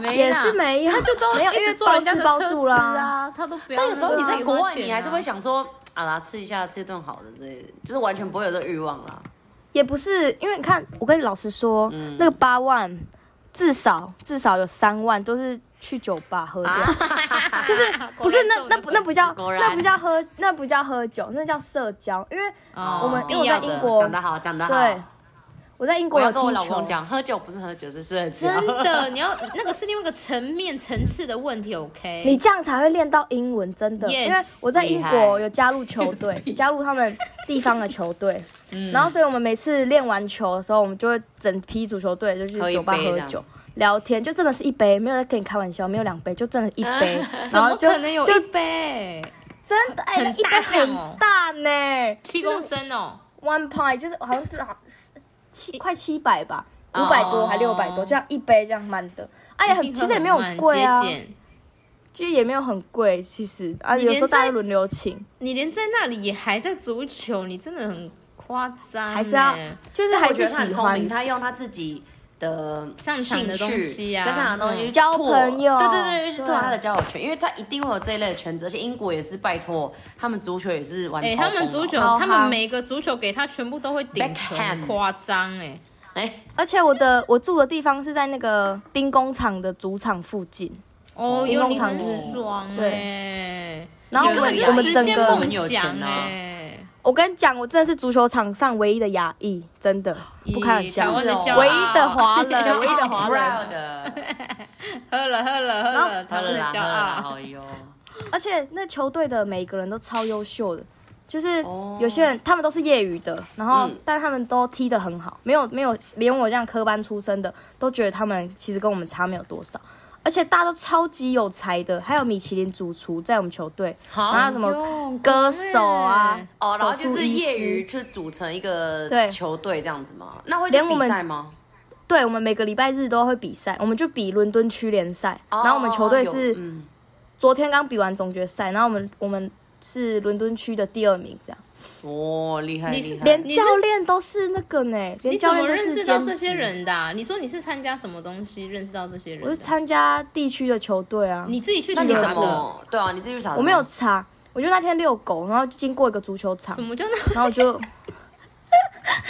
Speaker 2: 没
Speaker 3: 也
Speaker 2: 啦
Speaker 3: 是没有，他就 都没有，因
Speaker 2: 一
Speaker 3: 为
Speaker 2: 直坐人
Speaker 3: 包
Speaker 2: 家
Speaker 3: 吃
Speaker 2: 的
Speaker 3: 包
Speaker 2: 车
Speaker 3: 住
Speaker 2: 吃
Speaker 3: 啦。
Speaker 2: 啊，他都不要
Speaker 1: 但
Speaker 2: 那
Speaker 1: 有
Speaker 2: 个自
Speaker 1: 时候
Speaker 2: 己花钱啊。
Speaker 1: 你在国外，你还是会想说啊啦，吃一下吃一顿好的之类的，就是完全不会有这个欲望啦。
Speaker 3: 也不是，因为你看，我跟你老实说，
Speaker 1: 嗯
Speaker 3: 那个八万至少至少有三万都是去酒吧喝掉， 就是不是那那不那不叫
Speaker 1: 啊果然
Speaker 3: 那不叫喝那不叫喝酒，那叫社交，因为
Speaker 2: 哦
Speaker 1: 啊
Speaker 3: 我们因
Speaker 2: 必
Speaker 3: 为我在
Speaker 2: 要
Speaker 3: 英
Speaker 2: 的
Speaker 3: 国
Speaker 1: 讲得好，讲得好。
Speaker 3: 对，我在英
Speaker 1: 我
Speaker 3: 国有
Speaker 1: 要
Speaker 3: 踢
Speaker 1: 跟
Speaker 3: 球，
Speaker 1: 我老公讲，喝酒不是喝酒，是社交。
Speaker 2: 真的，你要那个是另外一个层面层次的问题，OK？
Speaker 3: 你这样才会练到英文，真的。
Speaker 2: Yes，，
Speaker 3: 因为我在英
Speaker 1: 厉害
Speaker 3: 国有加入球队，加入他们地方的球队，然后所以我们每次练完球的时候，我们就会整批足球队就去
Speaker 1: 喝一
Speaker 3: 酒吧
Speaker 1: 杯
Speaker 3: 喝
Speaker 1: 这样
Speaker 3: 酒。聊天就真的是一杯，没有在跟你开玩笑，没有两杯，就真的一杯然
Speaker 2: 怎
Speaker 3: 后
Speaker 2: 么
Speaker 3: 就
Speaker 2: 可能有
Speaker 3: 就
Speaker 2: 一杯
Speaker 3: 真的哎，
Speaker 2: 很
Speaker 3: 那一杯
Speaker 2: 大这样哦
Speaker 3: 很大呢，
Speaker 2: 七公升哦？
Speaker 3: one pint 就是好像就是七快七百吧，
Speaker 1: 哦
Speaker 3: 五百多还六百多，这样一杯这样满的。哎呀，
Speaker 2: 一
Speaker 3: 很
Speaker 2: 定
Speaker 3: 其实也
Speaker 2: 会
Speaker 3: 没有
Speaker 2: 慢
Speaker 3: 很贵啊
Speaker 2: 节，俭
Speaker 3: 其实也没有很贵，其实啊，
Speaker 2: 你连
Speaker 3: 有时候大
Speaker 2: 在
Speaker 3: 家轮流
Speaker 1: 嗯
Speaker 3: 请，
Speaker 2: 你连在那里也还在足球，你真的很夸张欸，
Speaker 3: 还是要就是
Speaker 1: 但
Speaker 3: 还
Speaker 1: 我觉得
Speaker 3: 是
Speaker 1: 他很
Speaker 3: 喜
Speaker 1: 聪明，
Speaker 3: 欢。
Speaker 1: 他用他自己的
Speaker 2: 擅长的
Speaker 1: 兴趣
Speaker 2: 东西啊
Speaker 1: 跟擅长的东西去
Speaker 3: 嗯交
Speaker 1: 拓
Speaker 3: 朋友
Speaker 1: 对对对，去拓
Speaker 3: 对
Speaker 1: 他的交友圈，因为他一定会有这一类的圈子，而且英国也是拜托他们足球也是玩超
Speaker 2: 哎、
Speaker 1: 疯的哦，
Speaker 2: 他们足球，
Speaker 3: 超
Speaker 2: 他
Speaker 3: 夯
Speaker 2: 们每个足球给他全部都会顶球，
Speaker 1: Beckham
Speaker 2: 很夸张哎！
Speaker 1: 哎
Speaker 3: 而且我的我住的地方是在那个兵工厂的主场附近，
Speaker 2: 哦，
Speaker 3: 运
Speaker 2: 有
Speaker 3: 动
Speaker 2: 你很
Speaker 3: 场地
Speaker 2: 爽欸哎、
Speaker 3: 对然后
Speaker 2: 你根本
Speaker 1: 我
Speaker 2: 就
Speaker 3: 我们
Speaker 2: 实
Speaker 3: 整
Speaker 2: 现
Speaker 1: 我
Speaker 3: 个
Speaker 1: 们
Speaker 2: 梦
Speaker 1: 有钱
Speaker 2: 想
Speaker 1: 啊
Speaker 2: 哎、
Speaker 3: 我跟你讲，我真的是足球场上唯一的亚裔，真的不开玩
Speaker 2: 咦
Speaker 3: 笑
Speaker 2: 台，湾的骄傲
Speaker 3: 唯一的华
Speaker 1: 骄傲
Speaker 3: 人，唯一的华人。
Speaker 1: ，proud，
Speaker 2: 喝了喝了喝了，
Speaker 1: 喝
Speaker 2: 他
Speaker 1: 啊了
Speaker 2: 们的
Speaker 1: 啦，喝
Speaker 2: 啊骄
Speaker 1: 了 啦，
Speaker 2: 傲。
Speaker 1: 好哟，
Speaker 3: 而且那球队的每一个人都超优秀的，就是
Speaker 1: 哦
Speaker 3: 有些人、他们都是业余的，然后、
Speaker 1: 嗯
Speaker 3: 但他们都踢得很好，没有没有连我这样科班出身的都觉得他们其实跟我们差没有多少，而且大家都超级有才的，还有米其林主厨在我们球队，
Speaker 1: 好
Speaker 3: 然后什么歌手啊
Speaker 2: 哎，
Speaker 1: 哦，然后就
Speaker 3: 手术
Speaker 1: 是
Speaker 3: 医师
Speaker 1: 业余去组成一个
Speaker 3: 对
Speaker 1: 球队这样子吗？那会去
Speaker 3: 连我
Speaker 1: 比
Speaker 3: 们
Speaker 1: 赛吗？
Speaker 3: 对我们每个礼拜日都会比赛，我们就比伦敦区联赛，
Speaker 1: 哦
Speaker 3: 然后我们球队
Speaker 1: 有
Speaker 3: 是
Speaker 1: 嗯
Speaker 3: 昨天刚比完总决赛，然后我们我们是伦敦区的第二名这样。
Speaker 1: 哦，厉害
Speaker 2: 你是
Speaker 1: 厉害，
Speaker 3: 连
Speaker 2: 你是
Speaker 3: 教练都是那个呢，连
Speaker 2: 欸你怎
Speaker 3: 教练
Speaker 2: 么
Speaker 3: 都
Speaker 2: 认
Speaker 3: 是
Speaker 2: 识到
Speaker 3: 兼
Speaker 2: 这些
Speaker 3: 职？
Speaker 2: 人的啊、你说你是参加什么东西认识到这些人的？啊
Speaker 3: 我是参加地区的球队啊，
Speaker 2: 你自己去
Speaker 1: 那你
Speaker 2: 查
Speaker 1: 怎
Speaker 2: 的？
Speaker 1: 么对啊？你自己去查的吗，
Speaker 3: 我没有查，我就那天遛狗，然后经过一个足球场
Speaker 2: 什，么 叫那
Speaker 3: 然后我就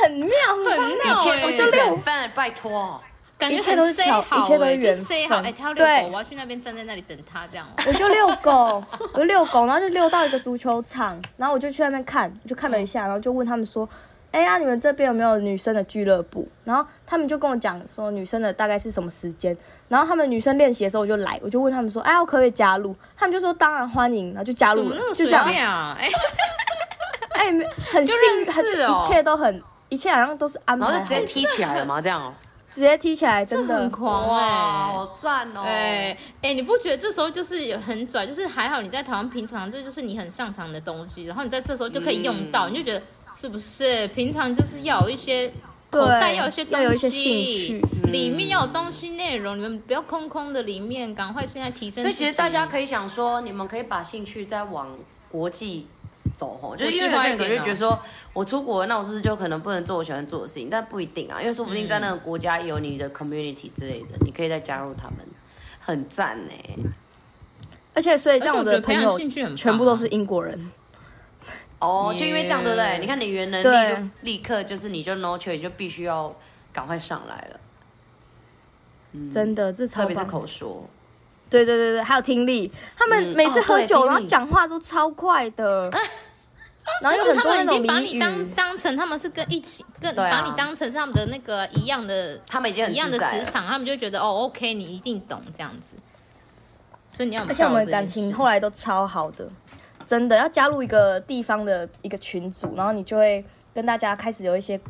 Speaker 3: 很妙，
Speaker 2: 很
Speaker 1: 一
Speaker 2: 闹
Speaker 1: 切
Speaker 2: 哎、
Speaker 1: 都是缘分，拜托。
Speaker 2: 感觉
Speaker 3: 一切都
Speaker 2: 很
Speaker 3: 是
Speaker 2: say
Speaker 3: 巧
Speaker 2: 好、欸，
Speaker 3: 一切都是
Speaker 2: 就
Speaker 3: 缘
Speaker 2: say 好，哎、
Speaker 3: 分
Speaker 2: 他要遛狗，
Speaker 3: 对
Speaker 2: 我要去那边站在那里等他这样、哦。
Speaker 3: 我就遛狗，我就遛狗，然后就遛到一个足球场，然后我就去那边看，我就看了一下，然后就问他们说。哎呀，你们这边有没有女生的俱乐部？然后他们就跟我讲说女生的大概是什么时间，然后他们女生练习的时候我就来，我就问他们说，哎，我可不可以加入？他们就说当然欢迎，然后就加
Speaker 2: 怎
Speaker 3: 入
Speaker 2: 么
Speaker 3: 了
Speaker 2: 那么，
Speaker 3: 就
Speaker 2: 随
Speaker 3: 这样。
Speaker 2: 便啊？哎、
Speaker 3: 哎，没很
Speaker 2: 就
Speaker 3: 幸
Speaker 2: 认
Speaker 3: 运，
Speaker 2: 识
Speaker 3: 很
Speaker 2: 哦
Speaker 3: 一切都很，一切好像都是安排
Speaker 1: 然
Speaker 3: 好
Speaker 1: 后
Speaker 3: 的，
Speaker 1: 就直接踢起来了嘛，这样 哦，
Speaker 3: 直接踢起来，真的
Speaker 2: 很狂
Speaker 1: 哇，
Speaker 2: 哎、
Speaker 1: 好赞哦！
Speaker 2: 哎、哎、你不觉得这时候就是有很拽？就是还好你在台湾平常这就是你很擅长的东西，然后你在这时候就可以用到，你就
Speaker 1: 嗯
Speaker 2: 觉得是不是？平常就是要有一些口袋，
Speaker 3: 对
Speaker 2: 要有一些东西，
Speaker 3: 要有一些兴趣
Speaker 1: 嗯
Speaker 2: 里面要有东西内容，你们不要空空的里面，赶快现在提升。
Speaker 1: 所以其实大家可
Speaker 2: 以，
Speaker 1: 以想说，你们可以把兴趣再往国际走吼，就是因为
Speaker 2: 国
Speaker 1: 有
Speaker 2: 际化
Speaker 1: 些
Speaker 2: 一
Speaker 1: 人
Speaker 2: 点
Speaker 1: 可能就
Speaker 2: 哦
Speaker 1: 觉得说，我出国，那我是不是就可能不能做我喜欢做的事情？但不一定啊，因为说
Speaker 2: 嗯
Speaker 1: 不定在那个国家有你的 community 之类的，你可以再加入他们，很赞欸呢。
Speaker 3: 而且所以
Speaker 2: 而且
Speaker 3: 像
Speaker 2: 我
Speaker 3: 我
Speaker 2: 觉
Speaker 3: 的
Speaker 2: 得培
Speaker 3: 朋
Speaker 2: 养
Speaker 3: 友
Speaker 2: 兴趣很棒啊
Speaker 3: 全部都是英国人，
Speaker 1: 哦，就因为这样，对不
Speaker 2: Yeah
Speaker 1: 对？你看你原能力
Speaker 3: 对
Speaker 1: 就立刻就是你就 no change 就必须要赶快上来了，
Speaker 3: 真的这
Speaker 1: 嗯特
Speaker 3: 超
Speaker 1: 别是
Speaker 3: 棒。
Speaker 1: 口说。
Speaker 3: 对对对对，还有听力，他们每次
Speaker 1: 哦
Speaker 3: 喝
Speaker 1: 对
Speaker 3: 酒、
Speaker 1: 听力
Speaker 3: 然后讲话都超快 的，然后有
Speaker 2: 就是
Speaker 3: 很
Speaker 2: 他
Speaker 3: 多
Speaker 2: 们已
Speaker 3: 那
Speaker 2: 经
Speaker 3: 种
Speaker 2: 把
Speaker 3: 俚
Speaker 2: 你当
Speaker 3: 语，
Speaker 2: 当成他们是跟一起跟、
Speaker 1: 对啊
Speaker 2: 把你当成是他们的那个一样的
Speaker 1: 他们已经很
Speaker 2: 一
Speaker 1: 自
Speaker 2: 样的
Speaker 1: 在
Speaker 2: 磁
Speaker 1: 了
Speaker 2: 场，他们就觉得哦，OK，你一定懂这样子。所以你要很
Speaker 3: 而且我
Speaker 2: proud
Speaker 3: 们
Speaker 2: 这
Speaker 3: 感
Speaker 2: 件
Speaker 3: 情
Speaker 2: 事
Speaker 3: 后来都超好的，真的要加入一个地方的一个群组，然后你就会跟大家开始有一些，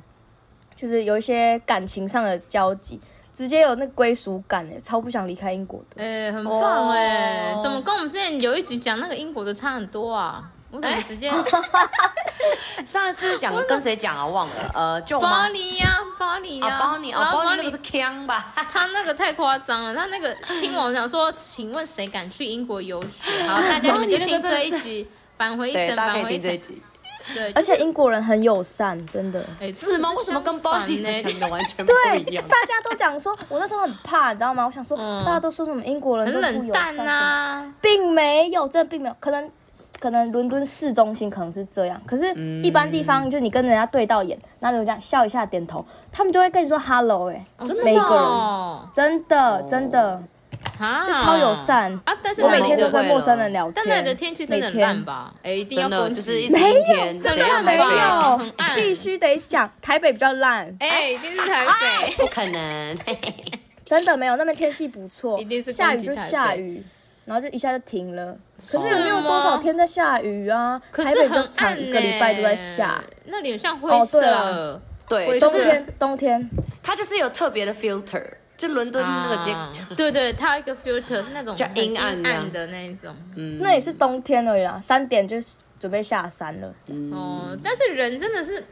Speaker 3: 就是有一些感情上的交集，直接有那归属感哎，超不想离开英国的。
Speaker 2: 哎、很棒哎、
Speaker 1: 哦
Speaker 2: 怎么跟我们之前有一集讲那个英国的差很多啊？我怎么直接
Speaker 1: 哎 上一次讲跟谁讲啊？忘了，呃，舅妈
Speaker 2: 巴黎呀、巴黎呀、
Speaker 1: 啊，包你
Speaker 2: 然
Speaker 1: 啊，
Speaker 2: 后
Speaker 1: 包
Speaker 2: 巴
Speaker 1: 你那个
Speaker 2: 黎
Speaker 1: 是腔吧？
Speaker 2: 他那个太夸张了，他那个听完我想说，请问谁敢去英国游学？ 好，大家你们就听这一集，返回一
Speaker 1: 对，
Speaker 2: 层，
Speaker 1: 大家可
Speaker 2: 返
Speaker 1: 以
Speaker 2: 回一
Speaker 1: 听这一
Speaker 2: 层，
Speaker 1: 集。
Speaker 2: 对，
Speaker 3: 而且英国人很友善，真的。
Speaker 2: 哎、
Speaker 1: 是吗？为什么跟包里的？
Speaker 2: 呢
Speaker 1: 讲的完全不
Speaker 3: 对
Speaker 1: 一样，？
Speaker 3: 大家都讲说，我那时候很怕，你知道吗？我想说，
Speaker 2: 嗯
Speaker 3: 大家都说什么英国人
Speaker 2: 很
Speaker 3: 都不
Speaker 2: 冷
Speaker 3: 友
Speaker 2: 淡啊
Speaker 3: 善
Speaker 2: 呐、
Speaker 3: 什么并没有，真的并没有，可能可能伦敦市中心可能是这样，可是一般地方就你跟人家对到眼，然后人家笑一下欸点头，他们就会跟你说 hello 哎、
Speaker 2: 哦
Speaker 3: 每一个人
Speaker 2: 哦
Speaker 3: 真的真的，
Speaker 2: 啊
Speaker 3: 就超友善。
Speaker 2: 啊！但是
Speaker 3: 我
Speaker 2: 那
Speaker 3: 每
Speaker 2: 里
Speaker 3: 天都
Speaker 1: 会
Speaker 3: 跟
Speaker 2: 的，
Speaker 3: 陌生人聊天。
Speaker 2: 但那里的天气真的很烂吧？哎，一定要
Speaker 1: 真的
Speaker 2: 攻击
Speaker 1: 就是一直
Speaker 3: 没
Speaker 1: 阴
Speaker 3: 有，
Speaker 1: 天，
Speaker 3: 真
Speaker 1: 怎
Speaker 3: 的
Speaker 1: 样
Speaker 3: 没
Speaker 1: 都可以
Speaker 2: 样
Speaker 3: 有
Speaker 2: 很暗，
Speaker 3: 必须得讲台北比较烂，
Speaker 2: 哎，一定是台北。
Speaker 1: 不可 能，
Speaker 3: 真的没有。那边天气不错，
Speaker 2: 一定是
Speaker 3: 下雨
Speaker 2: 攻击
Speaker 3: 就
Speaker 2: 台北
Speaker 3: 下雨，然后就一下就停了。可是
Speaker 2: 是
Speaker 3: 也没有多少
Speaker 2: 吗
Speaker 3: 天在下雨啊，
Speaker 2: 可
Speaker 3: 台
Speaker 2: 是
Speaker 3: 北就
Speaker 2: 很
Speaker 3: 常
Speaker 2: 暗
Speaker 3: 一个礼拜都在下。
Speaker 2: 欸，那里很像灰
Speaker 3: 哦对
Speaker 2: 色
Speaker 3: 啊。
Speaker 1: 对，
Speaker 2: 会
Speaker 1: 就
Speaker 3: 冬
Speaker 1: 是
Speaker 3: 天，冬天，
Speaker 1: 它就是有特别的 filter，就伦敦那个街，
Speaker 2: 啊对对，它有一个 filter 是那种
Speaker 1: 就
Speaker 2: 很
Speaker 1: 阴暗的
Speaker 2: 暗的那一种。
Speaker 1: 嗯，
Speaker 3: 那也是冬天而已啦，三点就准备下山了。
Speaker 2: 哦，但是人真的是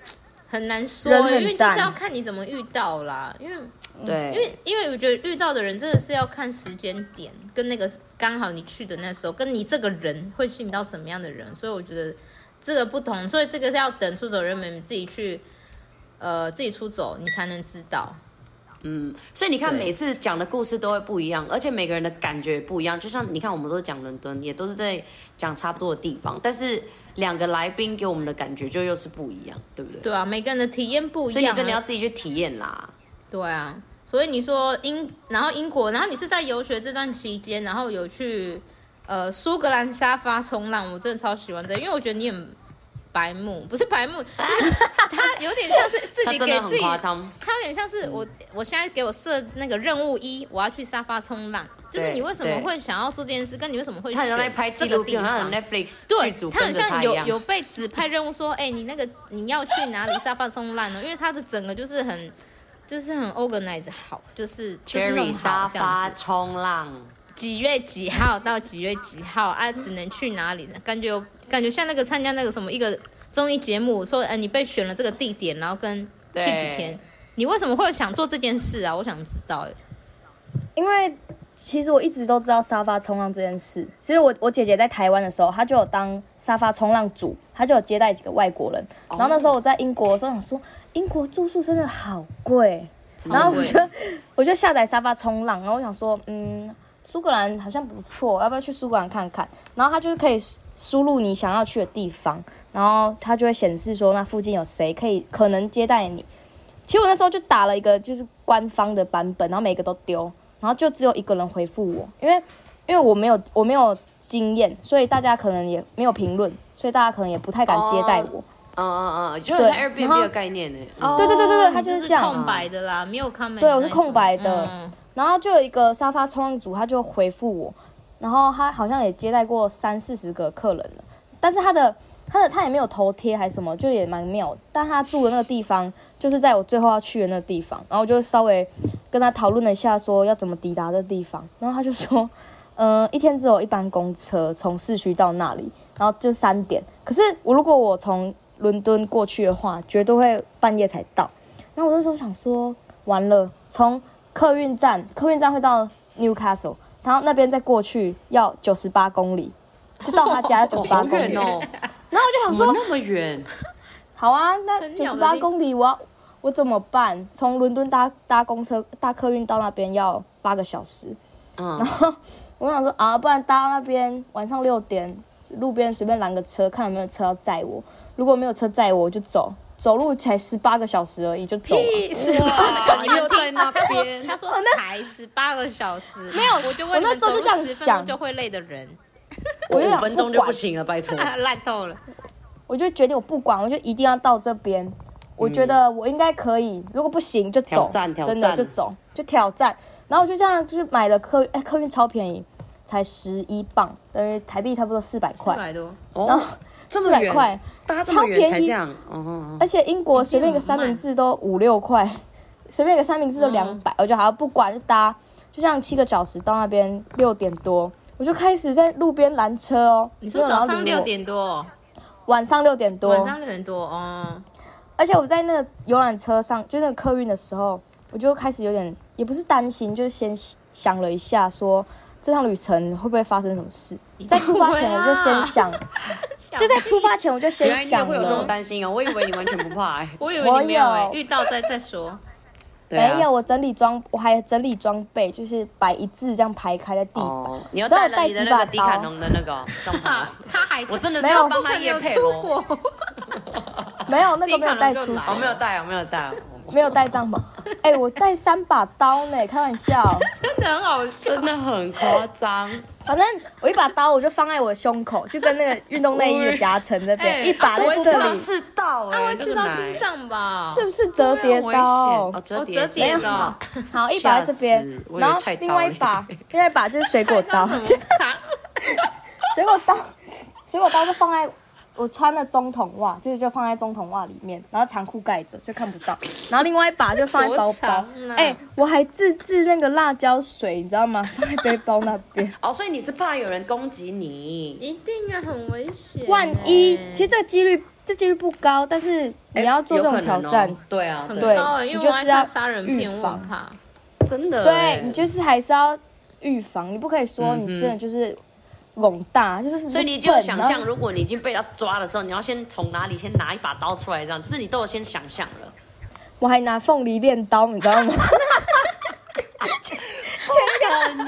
Speaker 2: 很难说，
Speaker 3: 人很
Speaker 2: 因为就是
Speaker 3: 赞
Speaker 2: 要看你怎么遇到啦。因为嗯因
Speaker 1: 对，
Speaker 2: 为因为我觉得遇到的人真的是要看时间点，跟那个刚好你去的那时候，跟你这个人会吸引到什么样的人，所以我觉得这个不同，所以这个是要等出走人们自己去。呃，自己出走你才能知道，
Speaker 1: 嗯，所以你看
Speaker 2: 对
Speaker 1: 每次讲的故事都会不一样，而且每个人的感觉也不一样。就像你看，我们都讲伦敦，也都是在讲差不多的地方，但是两个来宾给我们的感觉就又是不一样，对不对？
Speaker 2: 对啊，每个人的体验不一
Speaker 1: 所以
Speaker 2: 样、
Speaker 1: 你
Speaker 2: 啊，
Speaker 1: 真的要自己去体验啦。
Speaker 2: 对啊，所以你说英，然后英国，然后你是在游学这段期间，然后有去呃苏格兰沙发冲浪，我真的超喜欢这个，因为我觉得你很白目，不是白目，就是他有点像是 自
Speaker 1: 他
Speaker 2: 己
Speaker 1: 真
Speaker 2: 给
Speaker 1: 的
Speaker 2: 自
Speaker 1: 很
Speaker 2: 己，
Speaker 1: 夸张，
Speaker 2: 他有点像是我，我现在给我设那个任务一，我要去沙发冲浪，就是
Speaker 1: 对
Speaker 2: 你为什么
Speaker 1: 对
Speaker 2: 会想要做这件事，跟你为什么会
Speaker 1: 他好像在
Speaker 2: 选
Speaker 1: 拍纪
Speaker 2: 这
Speaker 1: 录
Speaker 2: 个地
Speaker 1: 片，好像
Speaker 2: 方
Speaker 1: 有。Netflix 剧
Speaker 2: 对
Speaker 1: 组
Speaker 2: 他
Speaker 1: 跟
Speaker 2: 很
Speaker 1: 着他
Speaker 2: 像
Speaker 1: 一
Speaker 2: 有
Speaker 1: 样。
Speaker 2: 有被指派任务说，哎、你那个你要去哪里沙发冲浪呢？因为他的整个就是很就是很 organize 好，就是就是弄
Speaker 1: Cherry 沙
Speaker 2: 好这
Speaker 1: 发
Speaker 2: 样子。
Speaker 1: 冲浪，
Speaker 2: 几月几号到几月几号啊？只能去哪里呢？感觉有感觉像那个参加那个什么一个综艺节目，说，哎、你被选了这个地点，然后跟去
Speaker 1: 对
Speaker 2: 几天。你为什么会想做这件事啊？我想知道、哎，
Speaker 3: 因为其实我一直都知道沙发冲浪这件事。其实我我姐姐在台湾的时候，她就有当沙发冲浪主，她就有接待几个外国人。然后那时候我在英国的时候，想说英国住宿真的好贵，然后我就我就下载沙发冲浪，然后我想说，嗯，苏格兰好像不错，要不要去苏格兰看看？然后它就是可以输入你想要去的地方，然后它就会显示说那附近有谁可以可能接待你。其实我那时候就打了一个就是官方的版本，然后每个都丢，然后就只有一个人回复我，因为因为我没有我没有经验，所以大家可能也没有评论，所以大家可能也不太敢接待我。
Speaker 1: 嗯嗯嗯，就很像
Speaker 3: 对然后
Speaker 1: Airbnb 的概念呢。嗯
Speaker 3: 对对对对对
Speaker 2: 哦
Speaker 3: 它
Speaker 2: 你
Speaker 3: 就
Speaker 2: 就是
Speaker 3: 这样啊
Speaker 2: 空白的啦，没有 comment 那一种。
Speaker 3: 对我是空白的
Speaker 2: 嗯
Speaker 3: 然后就有一个沙发冲浪组，他就回复我，然后他好像也接待过三四十个客人了，但是他的他的他也没有头贴还是什么，就也蛮妙的。但他住的那个地方就是在我最后要去的那个地方，然后我就稍微跟他讨论了一下，说要怎么抵达这地方，然后他就说，嗯、一天只有一班公车从市区到那里，然后就三点。可是我如果我从伦敦过去的话，绝对会半夜才到。然后我那时候想说，完了，从客运站，客运站会到 Newcastle，然后那边再过去要九十八公里，就到他家九
Speaker 1: 哦
Speaker 3: 十八
Speaker 1: 好
Speaker 3: 公里。
Speaker 1: 远哦，
Speaker 3: 然后我就
Speaker 1: 怎
Speaker 3: 想
Speaker 1: 么
Speaker 3: 说，
Speaker 1: 那么远？
Speaker 3: 好啊，那
Speaker 2: 很
Speaker 3: 九
Speaker 2: 鸟
Speaker 3: 十
Speaker 2: 的
Speaker 3: 八
Speaker 2: 地
Speaker 3: 公里我要我怎么办？从伦敦搭搭公车搭客运到那边要八个小时。
Speaker 1: 嗯，
Speaker 3: 我想说啊，不然搭到那边晚上六点，路边随便拦个车，看有没有车要载我。如果没有车载我，我就走，走路才十八个小时而已，就走了。
Speaker 2: 屁十八 个，你
Speaker 1: 又
Speaker 2: 们
Speaker 1: 在
Speaker 2: 听
Speaker 1: 那
Speaker 2: 他说
Speaker 1: 边
Speaker 2: 他说才十八个小时，没有，我就
Speaker 3: 我
Speaker 2: 问你
Speaker 3: 那
Speaker 2: 们
Speaker 3: 时
Speaker 2: 走
Speaker 3: 候就
Speaker 2: 路
Speaker 3: 这样
Speaker 2: 十分
Speaker 3: 想
Speaker 2: 钟就会累的人，
Speaker 3: 我就
Speaker 1: 五
Speaker 3: 想
Speaker 1: 分钟
Speaker 3: 不
Speaker 1: 就
Speaker 3: 管
Speaker 1: 不行了，拜托。
Speaker 2: 啊烂透了。
Speaker 3: 我就决定我不管，我就一定要到这边。我觉得我应该可以，如果不行就
Speaker 1: 挑
Speaker 3: 走，
Speaker 1: 战挑
Speaker 3: 真的
Speaker 1: 战
Speaker 3: 就走，就挑战。然后我就这样，就是买了客运，哎，客运超便宜，才十一磅，等于台币差不多四百
Speaker 2: 四
Speaker 3: 块，
Speaker 2: 百多，
Speaker 3: 然
Speaker 1: 哦
Speaker 3: 后，
Speaker 1: 这
Speaker 3: 四
Speaker 1: 么
Speaker 3: 百块
Speaker 1: 远，。搭这么远
Speaker 3: 超便宜
Speaker 1: 才这样，哦，
Speaker 3: 而且英国随便一个三明治都五六块，随便一个三明治都两百、我就好像不管就搭，就这样七个小时到那边六点多，我就开始在路边拦车哦。
Speaker 2: 你
Speaker 3: 没
Speaker 2: 说
Speaker 3: 有人要
Speaker 2: 早上
Speaker 3: 理
Speaker 2: 六
Speaker 3: 我，
Speaker 2: 点多，
Speaker 3: 晚上六点多，
Speaker 2: 晚上六点多，哦，
Speaker 3: 而且我在那个游览车上，就那个客运的时候，我就开始有点，也不是担心，就是先想了一下说这趟旅程会不会发生什么事
Speaker 2: 一定。
Speaker 3: 在出发前
Speaker 2: 会啊。
Speaker 3: 我就先想，就在出发前我就
Speaker 1: 原
Speaker 3: 先
Speaker 1: 来你也
Speaker 3: 想
Speaker 1: 会有这种
Speaker 3: 了。
Speaker 1: 担心哦，我以为你完全不怕 哎
Speaker 2: 我以为你没有哎
Speaker 3: 我，有
Speaker 2: 遇到再再说。，
Speaker 1: 对啊
Speaker 3: 没有，我整理装，我还整理装备，就是摆一字这样排开在地板。
Speaker 1: 哦，你要
Speaker 3: 知道
Speaker 1: 带
Speaker 3: 我
Speaker 1: 了
Speaker 3: 带
Speaker 1: 你的
Speaker 3: 几
Speaker 1: 那
Speaker 3: 把
Speaker 1: 个迪卡
Speaker 3: 刀，
Speaker 1: 侬的那个帐篷
Speaker 2: 啊 他还
Speaker 1: 我真的是
Speaker 3: 没有
Speaker 1: 要帮
Speaker 2: 不可
Speaker 1: 他
Speaker 2: 能有
Speaker 1: 夜配
Speaker 2: 出
Speaker 1: 咯。
Speaker 2: 国，
Speaker 3: 没有那个没有带出
Speaker 2: 迪卡
Speaker 1: 哦，
Speaker 2: 侬就来了
Speaker 1: 没有带啊，没有带啊。
Speaker 3: 没有带帐篷，哎、我带三把刀呢，开玩笑。
Speaker 2: 真的很好笑。
Speaker 1: 真的很夸 张。
Speaker 3: 反正我一把刀我就放在我胸口，就跟那个运动内衣的夹层那 边，
Speaker 2: 哎
Speaker 3: 一把在
Speaker 2: 我也知
Speaker 3: 这
Speaker 2: 道
Speaker 1: 他
Speaker 3: 里，
Speaker 1: 刺到哎、
Speaker 2: 它会
Speaker 1: 那
Speaker 2: 刺
Speaker 1: 个
Speaker 2: 到
Speaker 1: 奶
Speaker 2: 心脏吧？
Speaker 3: 是不是折叠
Speaker 1: 会很
Speaker 3: 刀
Speaker 1: 危险？哦，折
Speaker 2: 哦，
Speaker 1: 叠
Speaker 2: 折叠
Speaker 1: 没有
Speaker 2: 的。
Speaker 3: 好，一把在
Speaker 1: 吓
Speaker 3: 这
Speaker 1: 死
Speaker 3: 边，
Speaker 1: 我以为
Speaker 3: 然后
Speaker 1: 菜刀
Speaker 3: 另外一
Speaker 1: 嘞
Speaker 3: 把，另外一把就是水果刀，
Speaker 2: 菜怎么藏？
Speaker 3: 水果刀， 水果刀就放在我穿的中筒袜，就是就放在中筒袜里面，然后长裤盖着，就看不到。然后另外一把就放在包
Speaker 2: 多长
Speaker 3: 包
Speaker 2: 啊。
Speaker 3: 哎、我还自制那个辣椒水，你知道吗？放在背包那 边。
Speaker 1: 哦，所以你是怕有人攻击你？
Speaker 2: 一定啊，很危险欸。
Speaker 3: 万一，其实这个几率这几率不高，但是你要做这种
Speaker 1: 有可能
Speaker 3: 挑
Speaker 1: 哦
Speaker 3: 战，
Speaker 1: 对啊，
Speaker 2: 很
Speaker 3: 对
Speaker 2: 高欸，因
Speaker 3: 你
Speaker 2: 为
Speaker 3: 就
Speaker 2: 我
Speaker 3: 是
Speaker 2: 爱
Speaker 3: 要
Speaker 2: 看杀人片，
Speaker 3: 预
Speaker 2: 我
Speaker 3: 防
Speaker 2: 很怕。
Speaker 1: 真的欸。
Speaker 3: 对你就是还是要预防，你不可以
Speaker 1: 嗯
Speaker 3: 说你真的就是拢大，就是
Speaker 1: 所以你
Speaker 3: 笨
Speaker 1: 就想。
Speaker 3: 然
Speaker 1: 象，
Speaker 3: 后
Speaker 1: 如果你已经被他抓的时候，你要先从哪里先拿一把刀出来，这样，就是你都有先想象了。
Speaker 3: 我还拿凤梨练刀，你知道吗？
Speaker 1: 可能，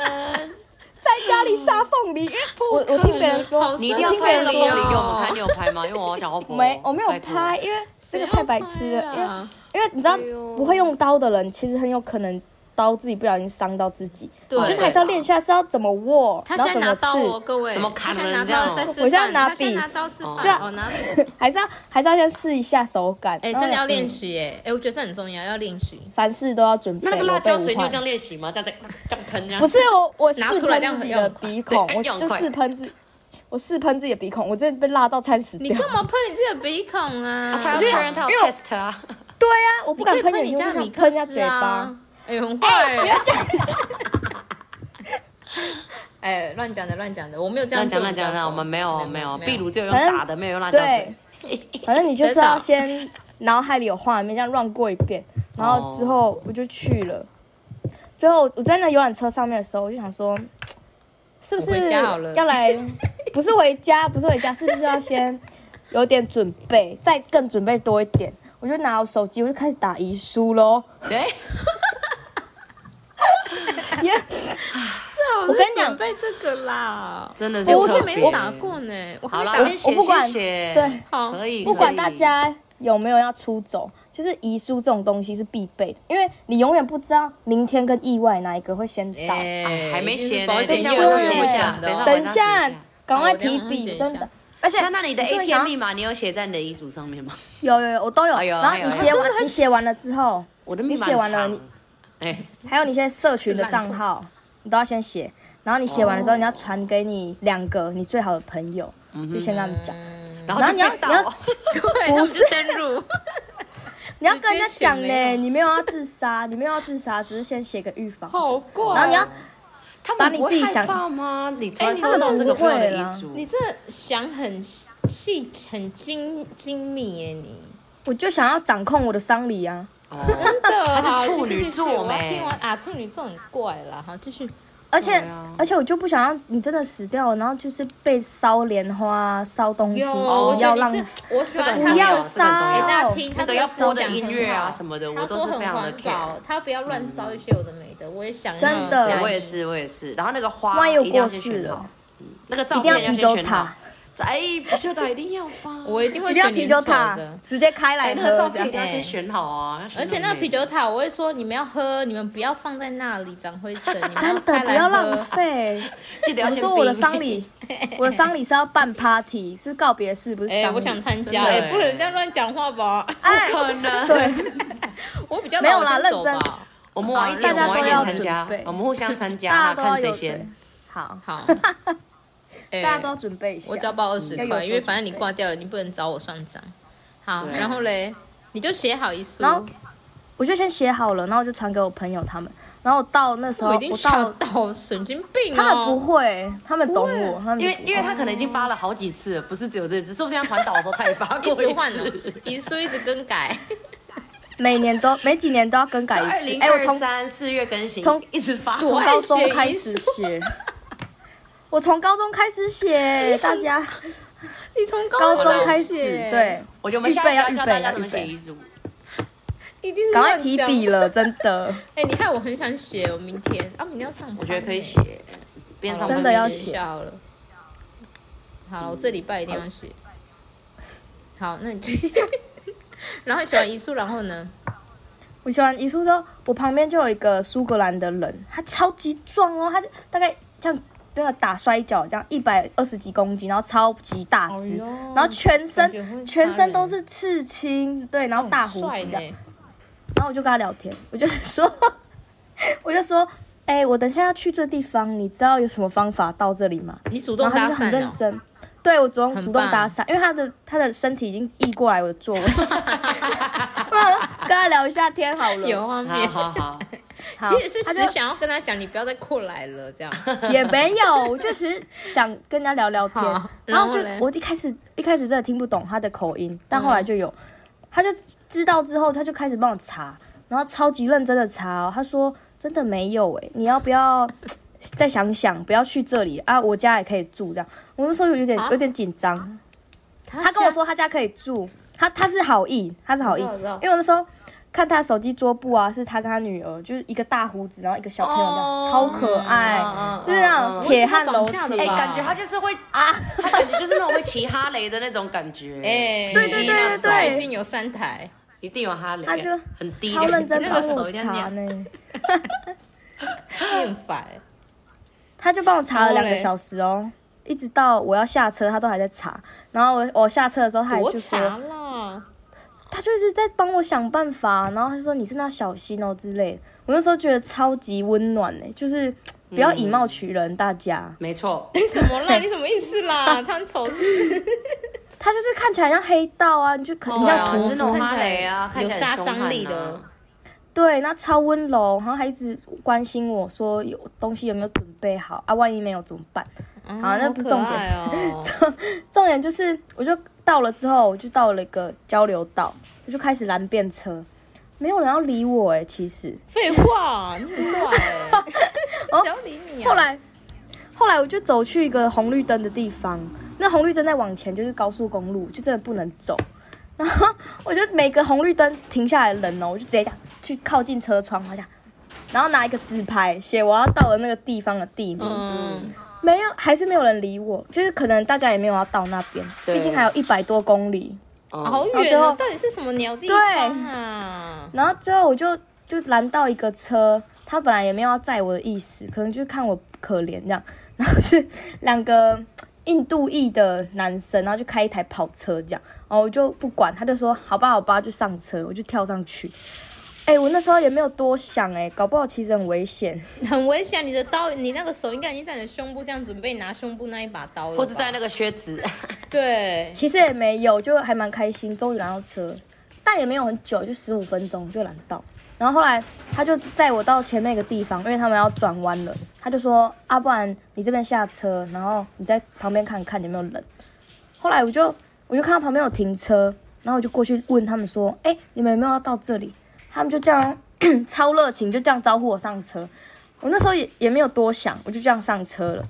Speaker 3: 在家里杀凤梨，因为我我听别人说
Speaker 2: 好，
Speaker 1: 你
Speaker 2: 你
Speaker 1: 一
Speaker 2: 一
Speaker 1: 定要
Speaker 2: 定要
Speaker 3: 我
Speaker 1: 拍
Speaker 3: 听别人
Speaker 1: 那个
Speaker 2: 拍
Speaker 1: 凤梨给我们看，
Speaker 2: 那个
Speaker 3: 说
Speaker 1: 你有拍吗？因为我好想要播。
Speaker 3: 没，我没有
Speaker 1: 拜托
Speaker 3: 拍，。因为这个太白痴了。因为
Speaker 2: 了。
Speaker 3: 因为你
Speaker 2: 哎
Speaker 3: 知道
Speaker 1: 对哦，
Speaker 3: 不会用刀的人，其实很有可能刀自己不小心伤到自己。
Speaker 2: 对
Speaker 3: 其实还是要练一下，是要怎么握，
Speaker 2: 他
Speaker 3: 然后
Speaker 2: 现在
Speaker 3: 怎
Speaker 2: 拿
Speaker 3: 么
Speaker 2: 刀哦，
Speaker 3: 刺，
Speaker 2: 各位，
Speaker 1: 怎么砍
Speaker 2: 他现在
Speaker 1: 人
Speaker 2: 拿
Speaker 1: 这样
Speaker 2: 刀在示范，
Speaker 3: 我现在拿
Speaker 2: 他现
Speaker 3: 笔
Speaker 2: 在拿刀示
Speaker 1: 哦
Speaker 2: 范，
Speaker 1: 就
Speaker 2: 哦，拿笔。
Speaker 3: 还是要还是要先试一下手感。
Speaker 2: 哎，
Speaker 3: 然后
Speaker 2: 真的要练
Speaker 3: 嗯
Speaker 2: 习哎，哎，我觉得这很重要，要练习。
Speaker 3: 凡事都要准备。
Speaker 1: 那那个辣
Speaker 3: 我被
Speaker 1: 椒
Speaker 3: 五
Speaker 1: 水，你有
Speaker 3: 环
Speaker 1: 这样练习吗？这样这样这样喷这样？
Speaker 3: 不是我，我
Speaker 2: 拿
Speaker 3: 试
Speaker 2: 出来
Speaker 3: 喷
Speaker 2: 这样
Speaker 3: 自己
Speaker 2: 很
Speaker 3: 的
Speaker 2: 用
Speaker 3: 鼻孔，
Speaker 1: 对
Speaker 3: 我
Speaker 1: 用
Speaker 3: 就
Speaker 1: 快
Speaker 3: 试喷自，我试喷自己的鼻孔，我真的被辣到餐死
Speaker 2: 你
Speaker 3: 掉。
Speaker 2: 干嘛喷你自己的鼻孔啊？
Speaker 1: 他要确认，他有
Speaker 3: 因为啊我
Speaker 1: test 啊。
Speaker 3: 对啊，我不
Speaker 2: 你
Speaker 3: 敢
Speaker 2: 可以
Speaker 3: 喷
Speaker 2: 喷
Speaker 3: 眼
Speaker 2: 你
Speaker 3: 睛，
Speaker 2: 家
Speaker 3: 我
Speaker 2: 的
Speaker 3: 想
Speaker 2: 米
Speaker 3: 喷
Speaker 2: 克
Speaker 3: 一下
Speaker 2: 斯
Speaker 3: 嘴巴
Speaker 2: 啊。。哎，很坏
Speaker 3: 不
Speaker 2: 欸
Speaker 3: 要。这样子，
Speaker 2: 哎，乱讲的，乱讲的，我没有这样
Speaker 1: 乱讲
Speaker 2: 对
Speaker 1: 乱
Speaker 2: 你家
Speaker 1: 讲
Speaker 2: 狗
Speaker 1: 乱，我们没有没有，壁炉只有用
Speaker 3: 反正
Speaker 1: 打的，没有用辣椒水
Speaker 3: 对。， 反正你就是
Speaker 2: 别
Speaker 3: 要
Speaker 2: 吵
Speaker 3: 先脑海里有画面，这样乱过一遍，然后之后我就去了。最后我在那游览车上面的时候，我就想说，是
Speaker 2: 我
Speaker 3: 不是
Speaker 2: 回家好了
Speaker 3: 要 来？不是回家，不是回家，是不是要先有点准备，再更准备多一点？我就拿我手机，我就开始打遗书喽。
Speaker 1: 对，
Speaker 3: 也
Speaker 2: 这我
Speaker 3: 我跟你
Speaker 2: 是
Speaker 3: 讲
Speaker 2: 准备这个啦。哎
Speaker 1: 真的是
Speaker 2: 我
Speaker 3: 我
Speaker 1: 特
Speaker 2: 是
Speaker 1: 别
Speaker 2: 没打过呢，我还
Speaker 1: 好
Speaker 2: 没
Speaker 1: 啦，
Speaker 2: 打过
Speaker 1: 先写
Speaker 3: 我不管
Speaker 1: 先写，
Speaker 3: 对
Speaker 2: 好
Speaker 1: 可以，
Speaker 3: 不管
Speaker 1: 可以
Speaker 3: 大家有没有要出走，就是遗书这种东西是必备的，因为你永远不知道明天跟意外哪一个会先到。
Speaker 2: 哎
Speaker 1: 还没写呢，
Speaker 2: 保
Speaker 1: 等
Speaker 2: 险
Speaker 1: 一
Speaker 2: 业
Speaker 1: 下
Speaker 3: 业
Speaker 1: 晚上
Speaker 3: 务
Speaker 1: 写一下
Speaker 3: 讲，
Speaker 2: 的哦
Speaker 1: 等
Speaker 3: 等
Speaker 1: 一下晚上
Speaker 3: 一
Speaker 1: 写
Speaker 3: 下
Speaker 1: 一下。，
Speaker 3: 赶快
Speaker 2: 好我等一
Speaker 3: 提
Speaker 2: 下
Speaker 3: 笔，
Speaker 2: 写一
Speaker 3: 真
Speaker 2: 下
Speaker 3: 的。而且
Speaker 1: 那那你的
Speaker 3: 我就会
Speaker 1: ATM
Speaker 3: 想
Speaker 1: 密码你有写在你的遗嘱上面吗？
Speaker 3: 有有有，我都有。
Speaker 1: 哎呦
Speaker 3: 然后
Speaker 1: 哎呦
Speaker 3: 你写
Speaker 1: 哎呦
Speaker 3: 完，你写完了之后，
Speaker 1: 我的密码
Speaker 3: 你写完
Speaker 1: 很
Speaker 3: 了
Speaker 1: 长
Speaker 3: 你。
Speaker 1: 哎，
Speaker 3: 还有你现在社群的账号，你都要先写。然后你写完了之后，
Speaker 1: 哦
Speaker 3: 你要传给你两个你最好的朋友，就先跟他们讲。
Speaker 2: 嗯
Speaker 1: 然
Speaker 3: 然
Speaker 1: 后
Speaker 3: 后
Speaker 1: 就
Speaker 3: 你要
Speaker 1: 被
Speaker 3: 你要
Speaker 1: 盗。
Speaker 2: 对，他们就登入。
Speaker 3: 你要跟人家讲
Speaker 2: 直接
Speaker 3: 呢，
Speaker 2: 取没有
Speaker 3: 你没有要自杀，你没有要自杀，只是先写个预防。
Speaker 2: 好怪。
Speaker 3: 然后你要
Speaker 1: 他
Speaker 3: 把
Speaker 1: 们
Speaker 3: 你
Speaker 1: 不会
Speaker 3: 自己
Speaker 1: 害
Speaker 3: 想哎
Speaker 1: 怕吗？你突然
Speaker 2: 你
Speaker 1: 收到
Speaker 2: 真
Speaker 1: 这
Speaker 2: 的
Speaker 1: 个
Speaker 3: 不
Speaker 1: 朋友的
Speaker 3: 会啦
Speaker 1: 遗
Speaker 2: 你
Speaker 1: 嘱，
Speaker 2: 这想很细、很精精密耶，你
Speaker 3: 我就想要掌控我的丧礼啊！
Speaker 1: 哦
Speaker 2: 真的
Speaker 1: 他是
Speaker 2: 好
Speaker 1: 处
Speaker 2: 继续
Speaker 1: 女
Speaker 2: 继续
Speaker 1: 座
Speaker 2: 我要
Speaker 1: 咩
Speaker 2: 听完啊，处女座很怪啦，好继续。
Speaker 3: 而且、
Speaker 1: 对啊
Speaker 3: 而且我就不想要你真的死掉了，然后就是被烧莲花、烧东西，
Speaker 2: 我
Speaker 3: 不
Speaker 2: 觉
Speaker 3: 要
Speaker 2: 得
Speaker 3: 浪
Speaker 2: 你
Speaker 3: 费。
Speaker 2: 这，我喜
Speaker 1: 这个
Speaker 2: 欢
Speaker 1: 很重
Speaker 2: 他
Speaker 3: 不要
Speaker 1: 要，这个很
Speaker 3: 杀
Speaker 1: 重
Speaker 2: 给
Speaker 1: 要。
Speaker 2: 大家听他
Speaker 1: 那个
Speaker 2: 这个
Speaker 1: 要播的
Speaker 2: 思想
Speaker 1: 音
Speaker 2: 很
Speaker 1: 乐啊
Speaker 2: 好
Speaker 1: 什么的，我
Speaker 2: 他
Speaker 1: 都
Speaker 2: 说
Speaker 1: 是
Speaker 2: 很
Speaker 1: 非常的
Speaker 2: 环
Speaker 1: care
Speaker 2: 保。，他不要乱烧一些有的没的，我也想要
Speaker 3: 真的
Speaker 2: 加
Speaker 1: 对
Speaker 2: 一
Speaker 1: 我也是，我也是。然后那个花
Speaker 3: 万一
Speaker 1: 一
Speaker 3: 我
Speaker 1: 定要
Speaker 3: 过
Speaker 1: 先
Speaker 3: 世
Speaker 1: 选好
Speaker 3: 了，，
Speaker 1: 那个照
Speaker 3: 一定
Speaker 1: 片
Speaker 3: 要
Speaker 1: 要
Speaker 3: 啤
Speaker 1: 先
Speaker 3: 酒
Speaker 1: 选好
Speaker 3: 塔。，
Speaker 1: 哎，啤酒塔一定要吧？
Speaker 2: 我一定会
Speaker 3: 一定要
Speaker 2: 选
Speaker 3: 啤
Speaker 2: 你
Speaker 3: 酒
Speaker 2: 酒
Speaker 3: 塔
Speaker 2: 的。，
Speaker 3: 直接开
Speaker 1: 哎，
Speaker 3: 来
Speaker 1: 那
Speaker 3: 喝
Speaker 1: 个照
Speaker 3: 这
Speaker 1: 片一
Speaker 3: 样。
Speaker 1: 定要先选好啊。要选
Speaker 2: 而且
Speaker 1: 到
Speaker 2: 那
Speaker 1: 美
Speaker 2: 个啤酒塔，我会说你们要喝，你们不要放在那里长灰尘，你们
Speaker 3: 真的
Speaker 2: 开
Speaker 3: 不
Speaker 2: 来
Speaker 3: 要
Speaker 2: 喝
Speaker 3: 浪费！
Speaker 1: 记得要
Speaker 3: 我
Speaker 1: 先
Speaker 3: 说我的
Speaker 1: 冰
Speaker 3: 丧礼，我的丧礼是要办 party，是告别式，不是
Speaker 2: 哎、
Speaker 3: 丧礼。
Speaker 2: 我想参加，
Speaker 1: 真的
Speaker 2: 哎、
Speaker 1: 哎
Speaker 2: 不能这样乱讲话吧？
Speaker 1: 不可能。
Speaker 3: 哎对，
Speaker 2: 我比较
Speaker 3: 没有啦
Speaker 2: 老先走
Speaker 3: 认真
Speaker 2: 吧
Speaker 1: 我们晚一
Speaker 3: 啊大
Speaker 1: 点，
Speaker 3: 家
Speaker 1: 我们晚一
Speaker 3: 都
Speaker 1: 点
Speaker 3: 要
Speaker 1: 参加
Speaker 3: 准备，
Speaker 1: 我们互相参加
Speaker 3: 哎大
Speaker 1: 啊，
Speaker 3: 家都要
Speaker 1: 看谁
Speaker 3: 有
Speaker 1: 先
Speaker 3: 对。。好，
Speaker 2: 好，哎
Speaker 3: 大家都要准备一下。
Speaker 2: 我只要报二十
Speaker 3: 要有
Speaker 2: 块，
Speaker 3: 所
Speaker 2: 因为反正
Speaker 3: 准
Speaker 2: 你
Speaker 3: 备
Speaker 2: 挂掉了，你不能找我算账。好，
Speaker 1: 对啊
Speaker 2: 然后嘞，你就写好遗书。
Speaker 3: 然后我就先写好了，然后我就传给我朋友他们。然后到那时候，
Speaker 2: 我
Speaker 3: 我
Speaker 2: 一定吓
Speaker 3: 到
Speaker 2: 到神经病
Speaker 3: 他们不
Speaker 2: 哦！
Speaker 3: 会，他们懂我，他们
Speaker 1: 啊因为
Speaker 3: 不
Speaker 1: 因为
Speaker 3: 会
Speaker 1: 他可能已经发了好几次了，不是只有这次，说不定他环岛的时候他也发过
Speaker 2: 一 直
Speaker 1: 一
Speaker 2: 换
Speaker 1: 次。
Speaker 2: 哦，遗书一直更改，
Speaker 3: 每年都每几年都要更改一
Speaker 1: 二
Speaker 3: 次。
Speaker 1: 零
Speaker 3: 哎，我
Speaker 1: 二
Speaker 3: 从
Speaker 1: 三四月更新，
Speaker 3: 从
Speaker 1: 一直发，
Speaker 3: 从
Speaker 2: 爱
Speaker 3: 高中
Speaker 2: 学
Speaker 3: 开
Speaker 2: 遗
Speaker 3: 始
Speaker 2: 书
Speaker 3: 写，我从高中开始写，大家
Speaker 2: 你从
Speaker 3: 高中开
Speaker 2: 写
Speaker 3: 始对，
Speaker 1: 我觉得我们下一
Speaker 3: 预备
Speaker 1: 家
Speaker 3: 啊
Speaker 1: 教
Speaker 3: 预备
Speaker 1: 大
Speaker 3: 啊
Speaker 1: 家怎么
Speaker 3: 预备
Speaker 1: 写遗嘱。
Speaker 2: 一定是
Speaker 3: 赶快
Speaker 2: 乱
Speaker 3: 提
Speaker 2: 讲
Speaker 3: 笔。了，真的，
Speaker 2: 哎、你看我很想写，我明天啊，明天要上班欸。
Speaker 1: 我觉得可以写，边上
Speaker 3: 哦真的要
Speaker 1: 边
Speaker 3: 写
Speaker 2: 好了。好了，我这礼拜一定要写。 好，那你继续。然后写完遗书，然后呢？
Speaker 3: 我写完遗书之后，我旁边就有一个苏格兰的人，他超级壮哦，他就大概这样那个打摔跤，这样一百二十几公斤，然后超级大
Speaker 1: 哎
Speaker 3: 只，然后全身全身都是刺青，对，然后 大胡子这样。
Speaker 2: 呢。
Speaker 3: 然后我就跟他聊天，我就说， 我就说，哎、我等一下要去这地方，你知道有什么方法到这里吗？
Speaker 2: 你主动
Speaker 3: 然后
Speaker 2: 搭
Speaker 3: 他就是
Speaker 2: 讪
Speaker 3: 很认
Speaker 2: 哦，
Speaker 3: 真，对我主动
Speaker 2: 很
Speaker 3: 主动搭
Speaker 2: 棒
Speaker 3: 讪，因为他的他的身体已经移过来我的座位， 我想说跟他聊一下天好 了。
Speaker 2: 有画
Speaker 1: 好
Speaker 2: 面。
Speaker 1: 好好，
Speaker 3: 好，
Speaker 2: 其实是
Speaker 3: 他
Speaker 2: 只
Speaker 3: 就
Speaker 2: 想要跟他讲，你不要再过来了， 这样。
Speaker 3: 也没有，我就只是想跟人家聊聊天
Speaker 2: 好，
Speaker 3: 然后
Speaker 2: 然后
Speaker 3: 就
Speaker 2: 嘞
Speaker 3: 我一开始一开始真的听不懂他的口音，但后来就有，
Speaker 2: 嗯
Speaker 3: 他就知道之后，他就开始帮我查，然后超级认真的查、哦，他说真的没有诶、你要不要再想想，不要去这里啊，我家也可以住这样，我那时候有点
Speaker 2: 啊
Speaker 3: 有点紧张，他跟我说他家可以住，他他是好意，他是好意，
Speaker 2: 我知道我知道
Speaker 3: 因为我那时候。看他的手机桌布啊，是他跟他女儿，就是一个大胡子，然后一个小朋友这样，
Speaker 1: 哦
Speaker 3: 超可爱。
Speaker 1: 嗯嗯
Speaker 3: 哎就是那种
Speaker 1: 嗯嗯
Speaker 3: 铁汉柔情
Speaker 2: 啊我是他绑架的
Speaker 1: 哎、
Speaker 2: 吧
Speaker 1: 感觉他就是会啊，他感觉就是那种会骑哈雷的那种感 觉，哎、
Speaker 2: 哎，
Speaker 3: 对对对对对
Speaker 2: 一定有三台。
Speaker 1: 一定有哈雷，
Speaker 3: 他就
Speaker 1: 很低，
Speaker 3: 超认真
Speaker 2: 那
Speaker 3: 帮
Speaker 2: 个手
Speaker 3: 我
Speaker 2: 一定要
Speaker 3: 查
Speaker 2: 那
Speaker 3: 呢，
Speaker 2: 念法欸
Speaker 3: 他就帮我查了两
Speaker 2: 然后
Speaker 3: 个
Speaker 2: 嘞
Speaker 3: 小时哦，一直到我要下车，他都还在查。然后我我下车的时候，他还
Speaker 2: 多啊
Speaker 3: 就说，
Speaker 2: 长啦？
Speaker 3: 他就一直在帮我想办法，啊然后他就说你真的要小心哦之类的。我那时候觉得超级温暖呢，就是嘖不要以貌取人，大家。
Speaker 1: 没错，
Speaker 2: 你什么啦？你什么意思 啦？他很丑是不是？
Speaker 3: 他就是看起来像黑道啊，你就可你
Speaker 2: 对啊
Speaker 3: 像
Speaker 1: 哦，
Speaker 3: 屠
Speaker 1: 就是那
Speaker 3: 夫
Speaker 1: 种哈雷啊，
Speaker 2: 看起来
Speaker 1: 看起来很
Speaker 2: 有杀伤力
Speaker 1: 凶悍啊
Speaker 2: 的
Speaker 3: 对，那超温柔，然后还一直关心我说有东西有没有准备好啊，万一没有怎么办？
Speaker 2: 嗯
Speaker 3: 好那不是重点
Speaker 2: 好可爱 哦。
Speaker 3: 重点就是，我就到了之后，我就到了一个交流道，我就开始拦便车，没有人要理我哎、其实
Speaker 2: 废话，你很怪欸，谁要理你啊？
Speaker 3: 哦后来，后来我就走去一个红绿灯的地方，那红绿灯再往前就是高速公路，就真的不能走。然后我就每个红绿灯停下来的人哦，我就直接这样去靠近车窗，好像，然后拿一个纸牌写我要到的那个地方的地名，
Speaker 2: 嗯，
Speaker 3: 没有，还是没有人理我，就是可能大家也没有要到那边，
Speaker 1: 对
Speaker 3: 毕竟还有一百多公里，
Speaker 1: 哦
Speaker 2: 好
Speaker 3: 然后
Speaker 2: 远
Speaker 3: 最
Speaker 2: 哦
Speaker 3: 后，
Speaker 2: 到底是什么鸟地方啊？
Speaker 3: 然后最后我就就拦到一个车，他本来也没有要载我的意思，可能就看我可怜这样， 然后是两个印度裔的男生，然后就开一台跑车这样，然后我就不管，他就说好吧好吧，就上车，我就跳上去。哎、我那时候也没有多想、哎，搞不好其实很危险，
Speaker 2: 很危险，你的刀，你那个手应该已经在你的胸部这样准备拿胸部那一把刀了吧，
Speaker 1: 或是在那个靴子，
Speaker 2: 对，
Speaker 3: 其实也没有，就还蛮开心，终于拦到车，但也没有很久，就十五分钟就拦到。然后后来他就载我到前面一个地方，因为他们要转弯了，他就说啊，不然你这边下车，然后你在旁边看看有没有人。后来我就我就看到旁边有停车，然后我就过去问他们说，哎、你们有没有要到这里？他们就这样 超热情，就这样招呼我上车。我那时候也也没有多想，我就这样上车了。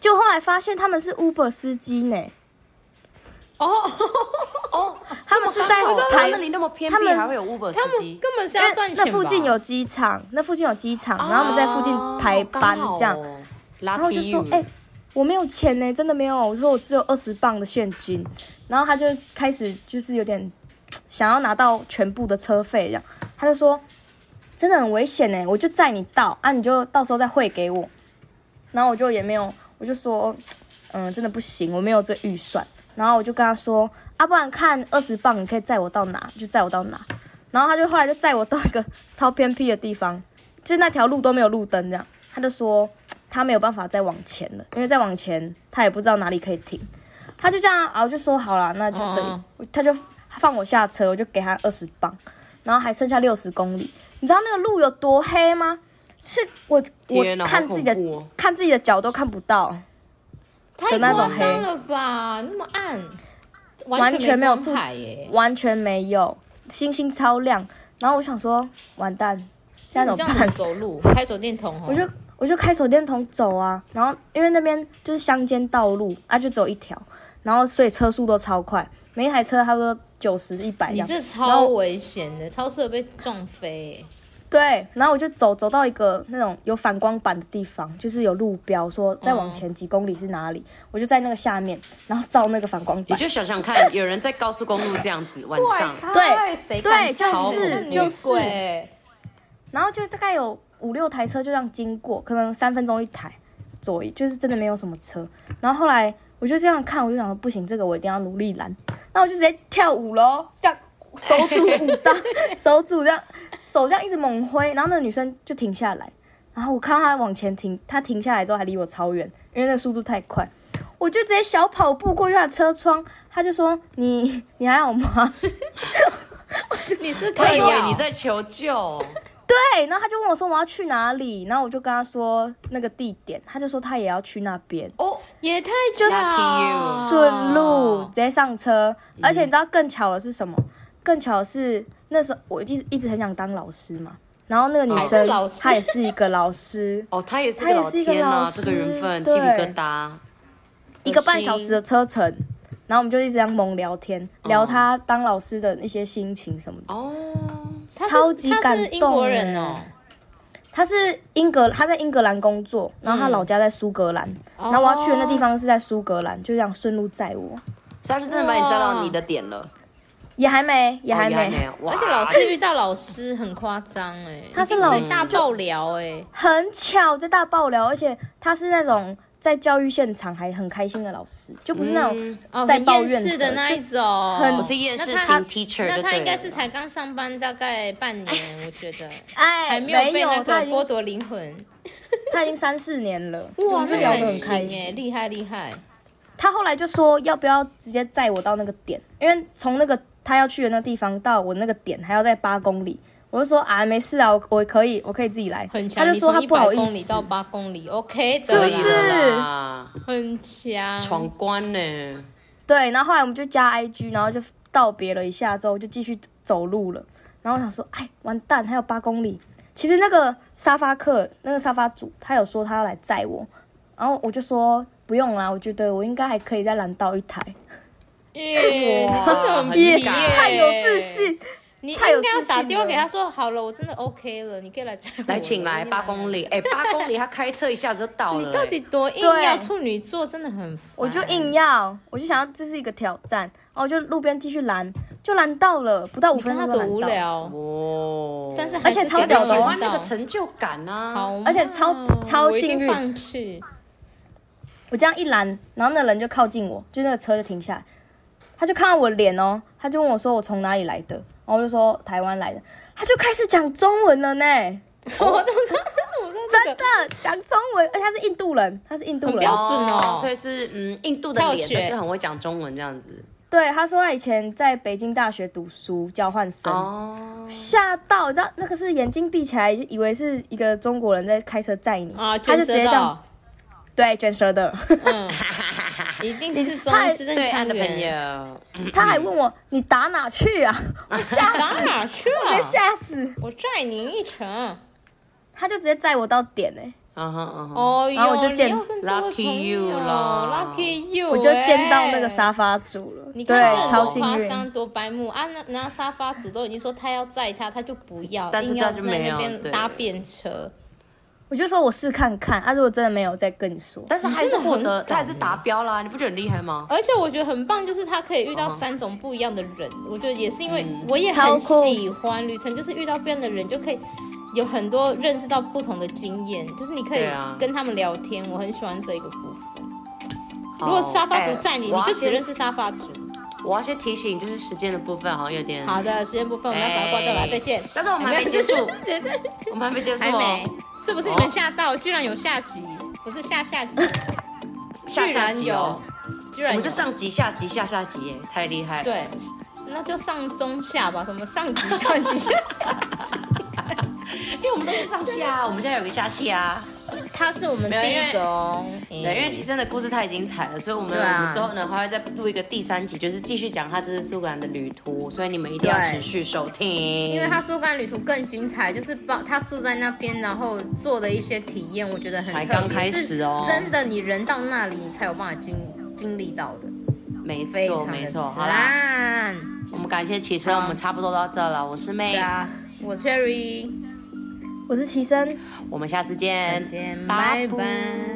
Speaker 3: 就后来发现他们是 Uber 司机呢，
Speaker 2: 哦，
Speaker 1: 哦，
Speaker 3: 他们是在
Speaker 1: 这么刚好
Speaker 3: 台
Speaker 1: 那里那么偏
Speaker 3: 他
Speaker 1: 僻，
Speaker 3: 们
Speaker 1: 还会有 Uber
Speaker 2: 他
Speaker 1: 司
Speaker 2: 们
Speaker 1: 机，
Speaker 2: 根本是
Speaker 3: 因
Speaker 2: 要
Speaker 3: 为
Speaker 2: 赚钱吧哦
Speaker 3: 那附近有机场，那附近有机场，然后我们在附近排班这样。
Speaker 1: 然
Speaker 3: 然后我就说，哎、我没有钱呢、真的没有。我说我只有二十磅的现金，然后他就开始就是有点想要拿到全部的车费这样，他就说真的很危险呢、我就载你到啊，你就到时候再汇给我。然后我就也没有，我就说嗯，真的不行，我没有这预算。然后我就跟他说，啊，不然看二十磅，你可以载我到哪就载我到哪。然后他就后来就载我到一个超偏僻的地方，就是那条路都没有路灯这样。他就说他没有办法再往前了，因为再往前他也不知道哪里可以停。他就这样啊，我就说好了，那就这里。
Speaker 1: 哦
Speaker 2: 嗯
Speaker 3: 他就放我下车，我就给他二十磅，然后还剩下六十公里。你知道那个路有多黑吗？是我我
Speaker 1: 天哪
Speaker 3: 看自己的、
Speaker 1: 好恐怖哦
Speaker 3: 看自己的脚都看不到。
Speaker 2: 太
Speaker 3: 那
Speaker 2: 夸
Speaker 3: 种黑
Speaker 2: 张了吧？那么暗，
Speaker 3: 完全没有
Speaker 2: 光
Speaker 3: 附
Speaker 2: 害耶。
Speaker 3: 完全没有，星星超亮。然后我想说，完蛋，现在
Speaker 2: 你
Speaker 3: 怎
Speaker 2: 这样
Speaker 3: 么
Speaker 2: 怎
Speaker 3: 办
Speaker 2: 么？走路？开手电筒哦。
Speaker 3: 我就我就开手电筒走啊。然后因为那边就是乡间道路啊，就只有一条，然后所以车速都超快，每一台车差不多九十一百
Speaker 2: 你
Speaker 3: 样。
Speaker 2: 这
Speaker 3: 哎然
Speaker 2: 超
Speaker 3: 后
Speaker 2: 危险的，超适合被撞飞耶。
Speaker 3: 对，然后我就走走到一个那种有反光板的地方，就是有路标说再
Speaker 2: 嗯
Speaker 3: 往前几公里是哪里，我就在那个下面，然后照那个反光
Speaker 1: 你
Speaker 3: 板。
Speaker 1: 就想想看，有人在高速公路这样子晚上，
Speaker 3: 对
Speaker 2: 谁
Speaker 3: 对
Speaker 2: 敢
Speaker 3: 就是
Speaker 2: 吵我
Speaker 3: 就是
Speaker 2: 女鬼
Speaker 3: 然后就大概有五六台车就这样经过，可能三分钟一台左右，就是真的没有什么车。然后后来我就这样看，我就想说不行，这个我一定要努力拦。那我就直接跳舞喽，这样手拄舞刀，手拄这样手这样一直猛挥，然后那个女生就停下来，然后我看到她往前停，她停下来之后还离我超远，因为那个速度太快。我就直接小跑步过去她的车窗，她就说：“你你还好吗？”
Speaker 2: 你是
Speaker 1: 他
Speaker 2: 可
Speaker 1: 以
Speaker 2: 以
Speaker 1: 为
Speaker 2: 啊
Speaker 1: 你在求救。
Speaker 3: 对，然后他就问我说我要去哪里，然后我就跟他说那个地点，他就说他也要去那边，
Speaker 1: 哦，，
Speaker 2: 也太就是
Speaker 3: 顺路直接上车。
Speaker 2: 嗯
Speaker 3: 而且你知道更巧的是什么？更巧的是那时候我一直一直很想当老师嘛，然后那个女
Speaker 2: 还是
Speaker 3: 生
Speaker 2: 哦老师
Speaker 3: 她也是一个 老师
Speaker 1: 哦，他也是
Speaker 3: 他
Speaker 1: 个
Speaker 3: 也
Speaker 1: 老
Speaker 3: 是一个
Speaker 1: 天呐、
Speaker 3: 老
Speaker 1: 这个缘
Speaker 3: 师
Speaker 1: 分，鸡
Speaker 3: 对
Speaker 1: 皮疙瘩。
Speaker 3: 一个半小时的车程，然后我们就一直这样猛聊天，
Speaker 2: 哦
Speaker 3: 聊她当老师的一些心情什么的，
Speaker 1: 哦，
Speaker 3: 超级感
Speaker 2: 他
Speaker 3: 动
Speaker 2: 是英国人
Speaker 3: 欸
Speaker 2: 哦，
Speaker 3: 他是英格，他在英格兰工作，然后他老家在苏格兰，然后我要去的那地方是在苏格兰，就这样顺路载我，
Speaker 1: 所以他是真的把你载到你的点了，
Speaker 3: 也还没，也
Speaker 1: 哦
Speaker 3: 还
Speaker 1: 也
Speaker 3: 没，
Speaker 1: 没有，哇
Speaker 2: 而且老师遇到老师很夸张哎，
Speaker 3: 他是
Speaker 2: 一定
Speaker 3: 老
Speaker 2: 会
Speaker 3: 师
Speaker 2: 大爆聊哎，
Speaker 3: 很巧，这大爆料，而且他是那种在教育现场还很开心的老师，就不是那种、
Speaker 1: 嗯
Speaker 2: 哦，
Speaker 3: 在
Speaker 2: 很
Speaker 3: 抱
Speaker 2: 厌
Speaker 3: 怨
Speaker 2: 世的
Speaker 3: 的
Speaker 2: 那
Speaker 3: 就
Speaker 2: 一种，
Speaker 3: 很
Speaker 1: 我是厌世
Speaker 2: 那
Speaker 1: 型
Speaker 2: 他
Speaker 1: teacher，
Speaker 2: 那
Speaker 1: 就
Speaker 2: 他
Speaker 1: 对
Speaker 2: 应该
Speaker 1: 了
Speaker 2: 是才刚上班大概半年，我 觉得
Speaker 3: 哎，
Speaker 2: 还
Speaker 3: 没
Speaker 2: 没有被那
Speaker 3: 他
Speaker 2: 个
Speaker 3: 已
Speaker 2: 剥
Speaker 3: 经
Speaker 2: 夺灵魂。
Speaker 3: 他已经三四年了，我
Speaker 2: 哇，
Speaker 3: 们就
Speaker 2: 那
Speaker 3: 聊得
Speaker 2: 很
Speaker 3: 很开
Speaker 2: 行哎，
Speaker 3: 心。
Speaker 2: 厉害厉害。
Speaker 3: 他后来就说要不要直接载我到那个点，因为从那个他要去的那个地方到我那个点还要再八公里。我就说啊，没事啊，我我可以，我可以自己来。
Speaker 2: 很
Speaker 3: 他
Speaker 2: 强，
Speaker 3: 就
Speaker 2: 你
Speaker 3: 说
Speaker 2: 从
Speaker 3: 他
Speaker 2: 一
Speaker 3: 不
Speaker 2: 百
Speaker 3: 好意
Speaker 2: 公里
Speaker 3: 思
Speaker 2: 到，八公里，OK 的，
Speaker 3: 不
Speaker 1: 可
Speaker 3: 是
Speaker 1: 以了啦
Speaker 2: 很强，
Speaker 1: 闯关呢？
Speaker 3: 对，然后后来我们就加 IG，然后就道别了一下之后，就继续走路了。然后我想说，哎，完蛋，还有八公里。其实那个沙发客，那个沙发主，他有说他要来载我，然后我就说不用啦，我觉得我应该还可以再拦到一台。
Speaker 2: 耶，你真的很
Speaker 1: 很
Speaker 2: 皮
Speaker 1: 耶
Speaker 2: 耶，
Speaker 3: 太有自信，
Speaker 2: 你
Speaker 3: 太有
Speaker 2: 应该要
Speaker 3: 自信
Speaker 2: 打电话给
Speaker 3: 了
Speaker 2: 他说，好了，我真的 OK 了，你可以来载我了
Speaker 1: 来，请来八公。里，哎，八公里他开车一下子就到
Speaker 2: 我已经来
Speaker 1: 了，
Speaker 2: 你到底多硬
Speaker 3: 对
Speaker 2: 要处女座，真的很烦，
Speaker 3: 我就硬要，我就想要这是一个挑战，然后我就路边继续拦，就拦到了，不到五
Speaker 2: 你看
Speaker 3: 分
Speaker 2: 他
Speaker 3: 钟
Speaker 2: 多无
Speaker 3: 就拦到了，
Speaker 1: 哎
Speaker 2: 聊，
Speaker 1: 哦，
Speaker 2: 但是
Speaker 3: 而且
Speaker 2: 还是
Speaker 3: 超
Speaker 2: 给他
Speaker 3: 屌
Speaker 1: 我
Speaker 3: 的
Speaker 1: 喜
Speaker 3: 哦
Speaker 1: 欢
Speaker 2: 想
Speaker 1: 那
Speaker 2: 到
Speaker 1: 个成就感啊，
Speaker 2: 好嘛，
Speaker 3: 而且超超
Speaker 2: 我一定
Speaker 3: 幸运
Speaker 2: 放 弃，
Speaker 3: 我这样一拦，然后那人就靠近我，就那个车就停下来，他就看到我脸哦，他就问我说我从哪里来的，然后我就说台湾来的，他就开始讲中文了呢，
Speaker 2: 我都知道，我都
Speaker 3: 真
Speaker 2: 这
Speaker 3: 的
Speaker 2: 个
Speaker 3: 讲中文，而且他是印度人，他是印度
Speaker 2: 很
Speaker 3: 人
Speaker 2: 标，准哦
Speaker 1: 所以是嗯印度的
Speaker 2: 跳
Speaker 1: 脸，
Speaker 2: 雪
Speaker 1: 但是很会讲中文这样子
Speaker 3: 对，他说他以前在北京大学读书交换生。
Speaker 1: 哦，
Speaker 3: 吓到，你知道那个是眼睛闭起来，就以为是一个中国人在开车载你
Speaker 2: 啊，
Speaker 3: 他
Speaker 2: 卷
Speaker 3: 就直
Speaker 2: 舌
Speaker 3: 接这
Speaker 2: 的
Speaker 3: 样
Speaker 2: 哦，
Speaker 3: 对卷舌的，
Speaker 2: 嗯，一定 是中
Speaker 3: 太
Speaker 2: 字正
Speaker 1: 对岸
Speaker 2: 腔
Speaker 1: 的朋
Speaker 2: 圆，
Speaker 1: 友，
Speaker 3: 他还问我你打哪去啊，
Speaker 2: 打哪去
Speaker 3: 我被
Speaker 2: 了？
Speaker 3: 吓死，
Speaker 2: 我载你一 程。
Speaker 3: 他就直接载我到点哎、
Speaker 1: 嗯哼嗯哼，
Speaker 2: 哦
Speaker 3: 然后我就见
Speaker 1: Lucky you 啦
Speaker 2: ，Lucky you，
Speaker 3: 我就见到那
Speaker 2: 欸
Speaker 3: 个。沙发主了，
Speaker 2: 你看
Speaker 3: 对，
Speaker 2: 这
Speaker 3: 超
Speaker 2: 多
Speaker 3: 幸
Speaker 2: 夸
Speaker 3: 运。
Speaker 2: 张，多白目啊！那然后沙发主都已经说他要载他，他就不要，
Speaker 1: 但是
Speaker 2: 硬
Speaker 1: 他
Speaker 2: 要
Speaker 1: 就
Speaker 2: 在
Speaker 1: 没有
Speaker 2: 那边
Speaker 1: 对
Speaker 2: 搭便车。
Speaker 3: 我就说我试看看，啊，如果真的没有再跟你说。
Speaker 1: 但是还
Speaker 2: 你
Speaker 1: 是
Speaker 2: 真的
Speaker 1: 获
Speaker 2: 很
Speaker 1: 得，他还
Speaker 2: 敢
Speaker 1: 是
Speaker 2: 欸
Speaker 1: 达标啦，你不觉得很厉害吗？
Speaker 2: 而且我觉得很棒，就是他可以遇到
Speaker 1: 哦嗯
Speaker 2: 三种不一样的人。我觉得也是因为我也
Speaker 3: 超
Speaker 2: 很
Speaker 3: 酷
Speaker 2: 喜欢旅程，就是遇到不一样的人就可以有很多认识到不同的经验，就是你可以
Speaker 1: 对啊
Speaker 2: 跟他们聊天，我很喜欢这一个部分。
Speaker 1: 好
Speaker 2: 如果沙发主载你，
Speaker 1: 哎
Speaker 2: 你就
Speaker 1: 我要
Speaker 2: 只
Speaker 1: 先
Speaker 2: 认识沙发主。
Speaker 1: 我要先提醒，就是时间的部分好像有点，
Speaker 2: 好的，时间部分我们要赶快挂掉了，
Speaker 1: 哎
Speaker 2: 再见。
Speaker 1: 但是我们还没结 束我们还没结束
Speaker 2: 还没
Speaker 1: 哦，，
Speaker 2: 是不是你们吓到？居然有下集，不是下 下集，
Speaker 1: 下下集哦，
Speaker 2: 居
Speaker 1: 我
Speaker 2: 然有
Speaker 1: 们是上集、下集、下下集耶，太厉害！，
Speaker 2: 对，那就上中下吧，什么上集、下集、下
Speaker 1: 因为我们都是上下，啊我们现在有个下下。
Speaker 2: 集，他是我们第一个哦。对
Speaker 1: 对，因为其实的故事太精彩了，所以我们
Speaker 2: 对啊
Speaker 1: 我们之后呢还会再录一个第三集，就是继续讲他这次苏格兰的旅途，所以你们一定要
Speaker 2: 对
Speaker 1: 持续收听。
Speaker 2: 因为他苏格兰旅途更精彩，就是包他住在那边，然后做的一些体验，我觉得很
Speaker 1: 才
Speaker 2: 特
Speaker 1: 刚
Speaker 2: 别
Speaker 1: 开始哦
Speaker 2: 是真的，你人到那里，你才有办法经经历到的，
Speaker 1: 没
Speaker 2: 非
Speaker 1: 错
Speaker 2: 常的嗯
Speaker 1: 没错，好啦，
Speaker 2: 赞。
Speaker 1: 我们感谢启生，
Speaker 2: 好啊
Speaker 1: 我们差不多到这了，我是妹
Speaker 2: 对，啊，我 Cherry。
Speaker 3: 我是齐生。
Speaker 1: 我们下次见，
Speaker 2: 再见
Speaker 1: 巴
Speaker 2: 拜
Speaker 1: 布
Speaker 2: 拜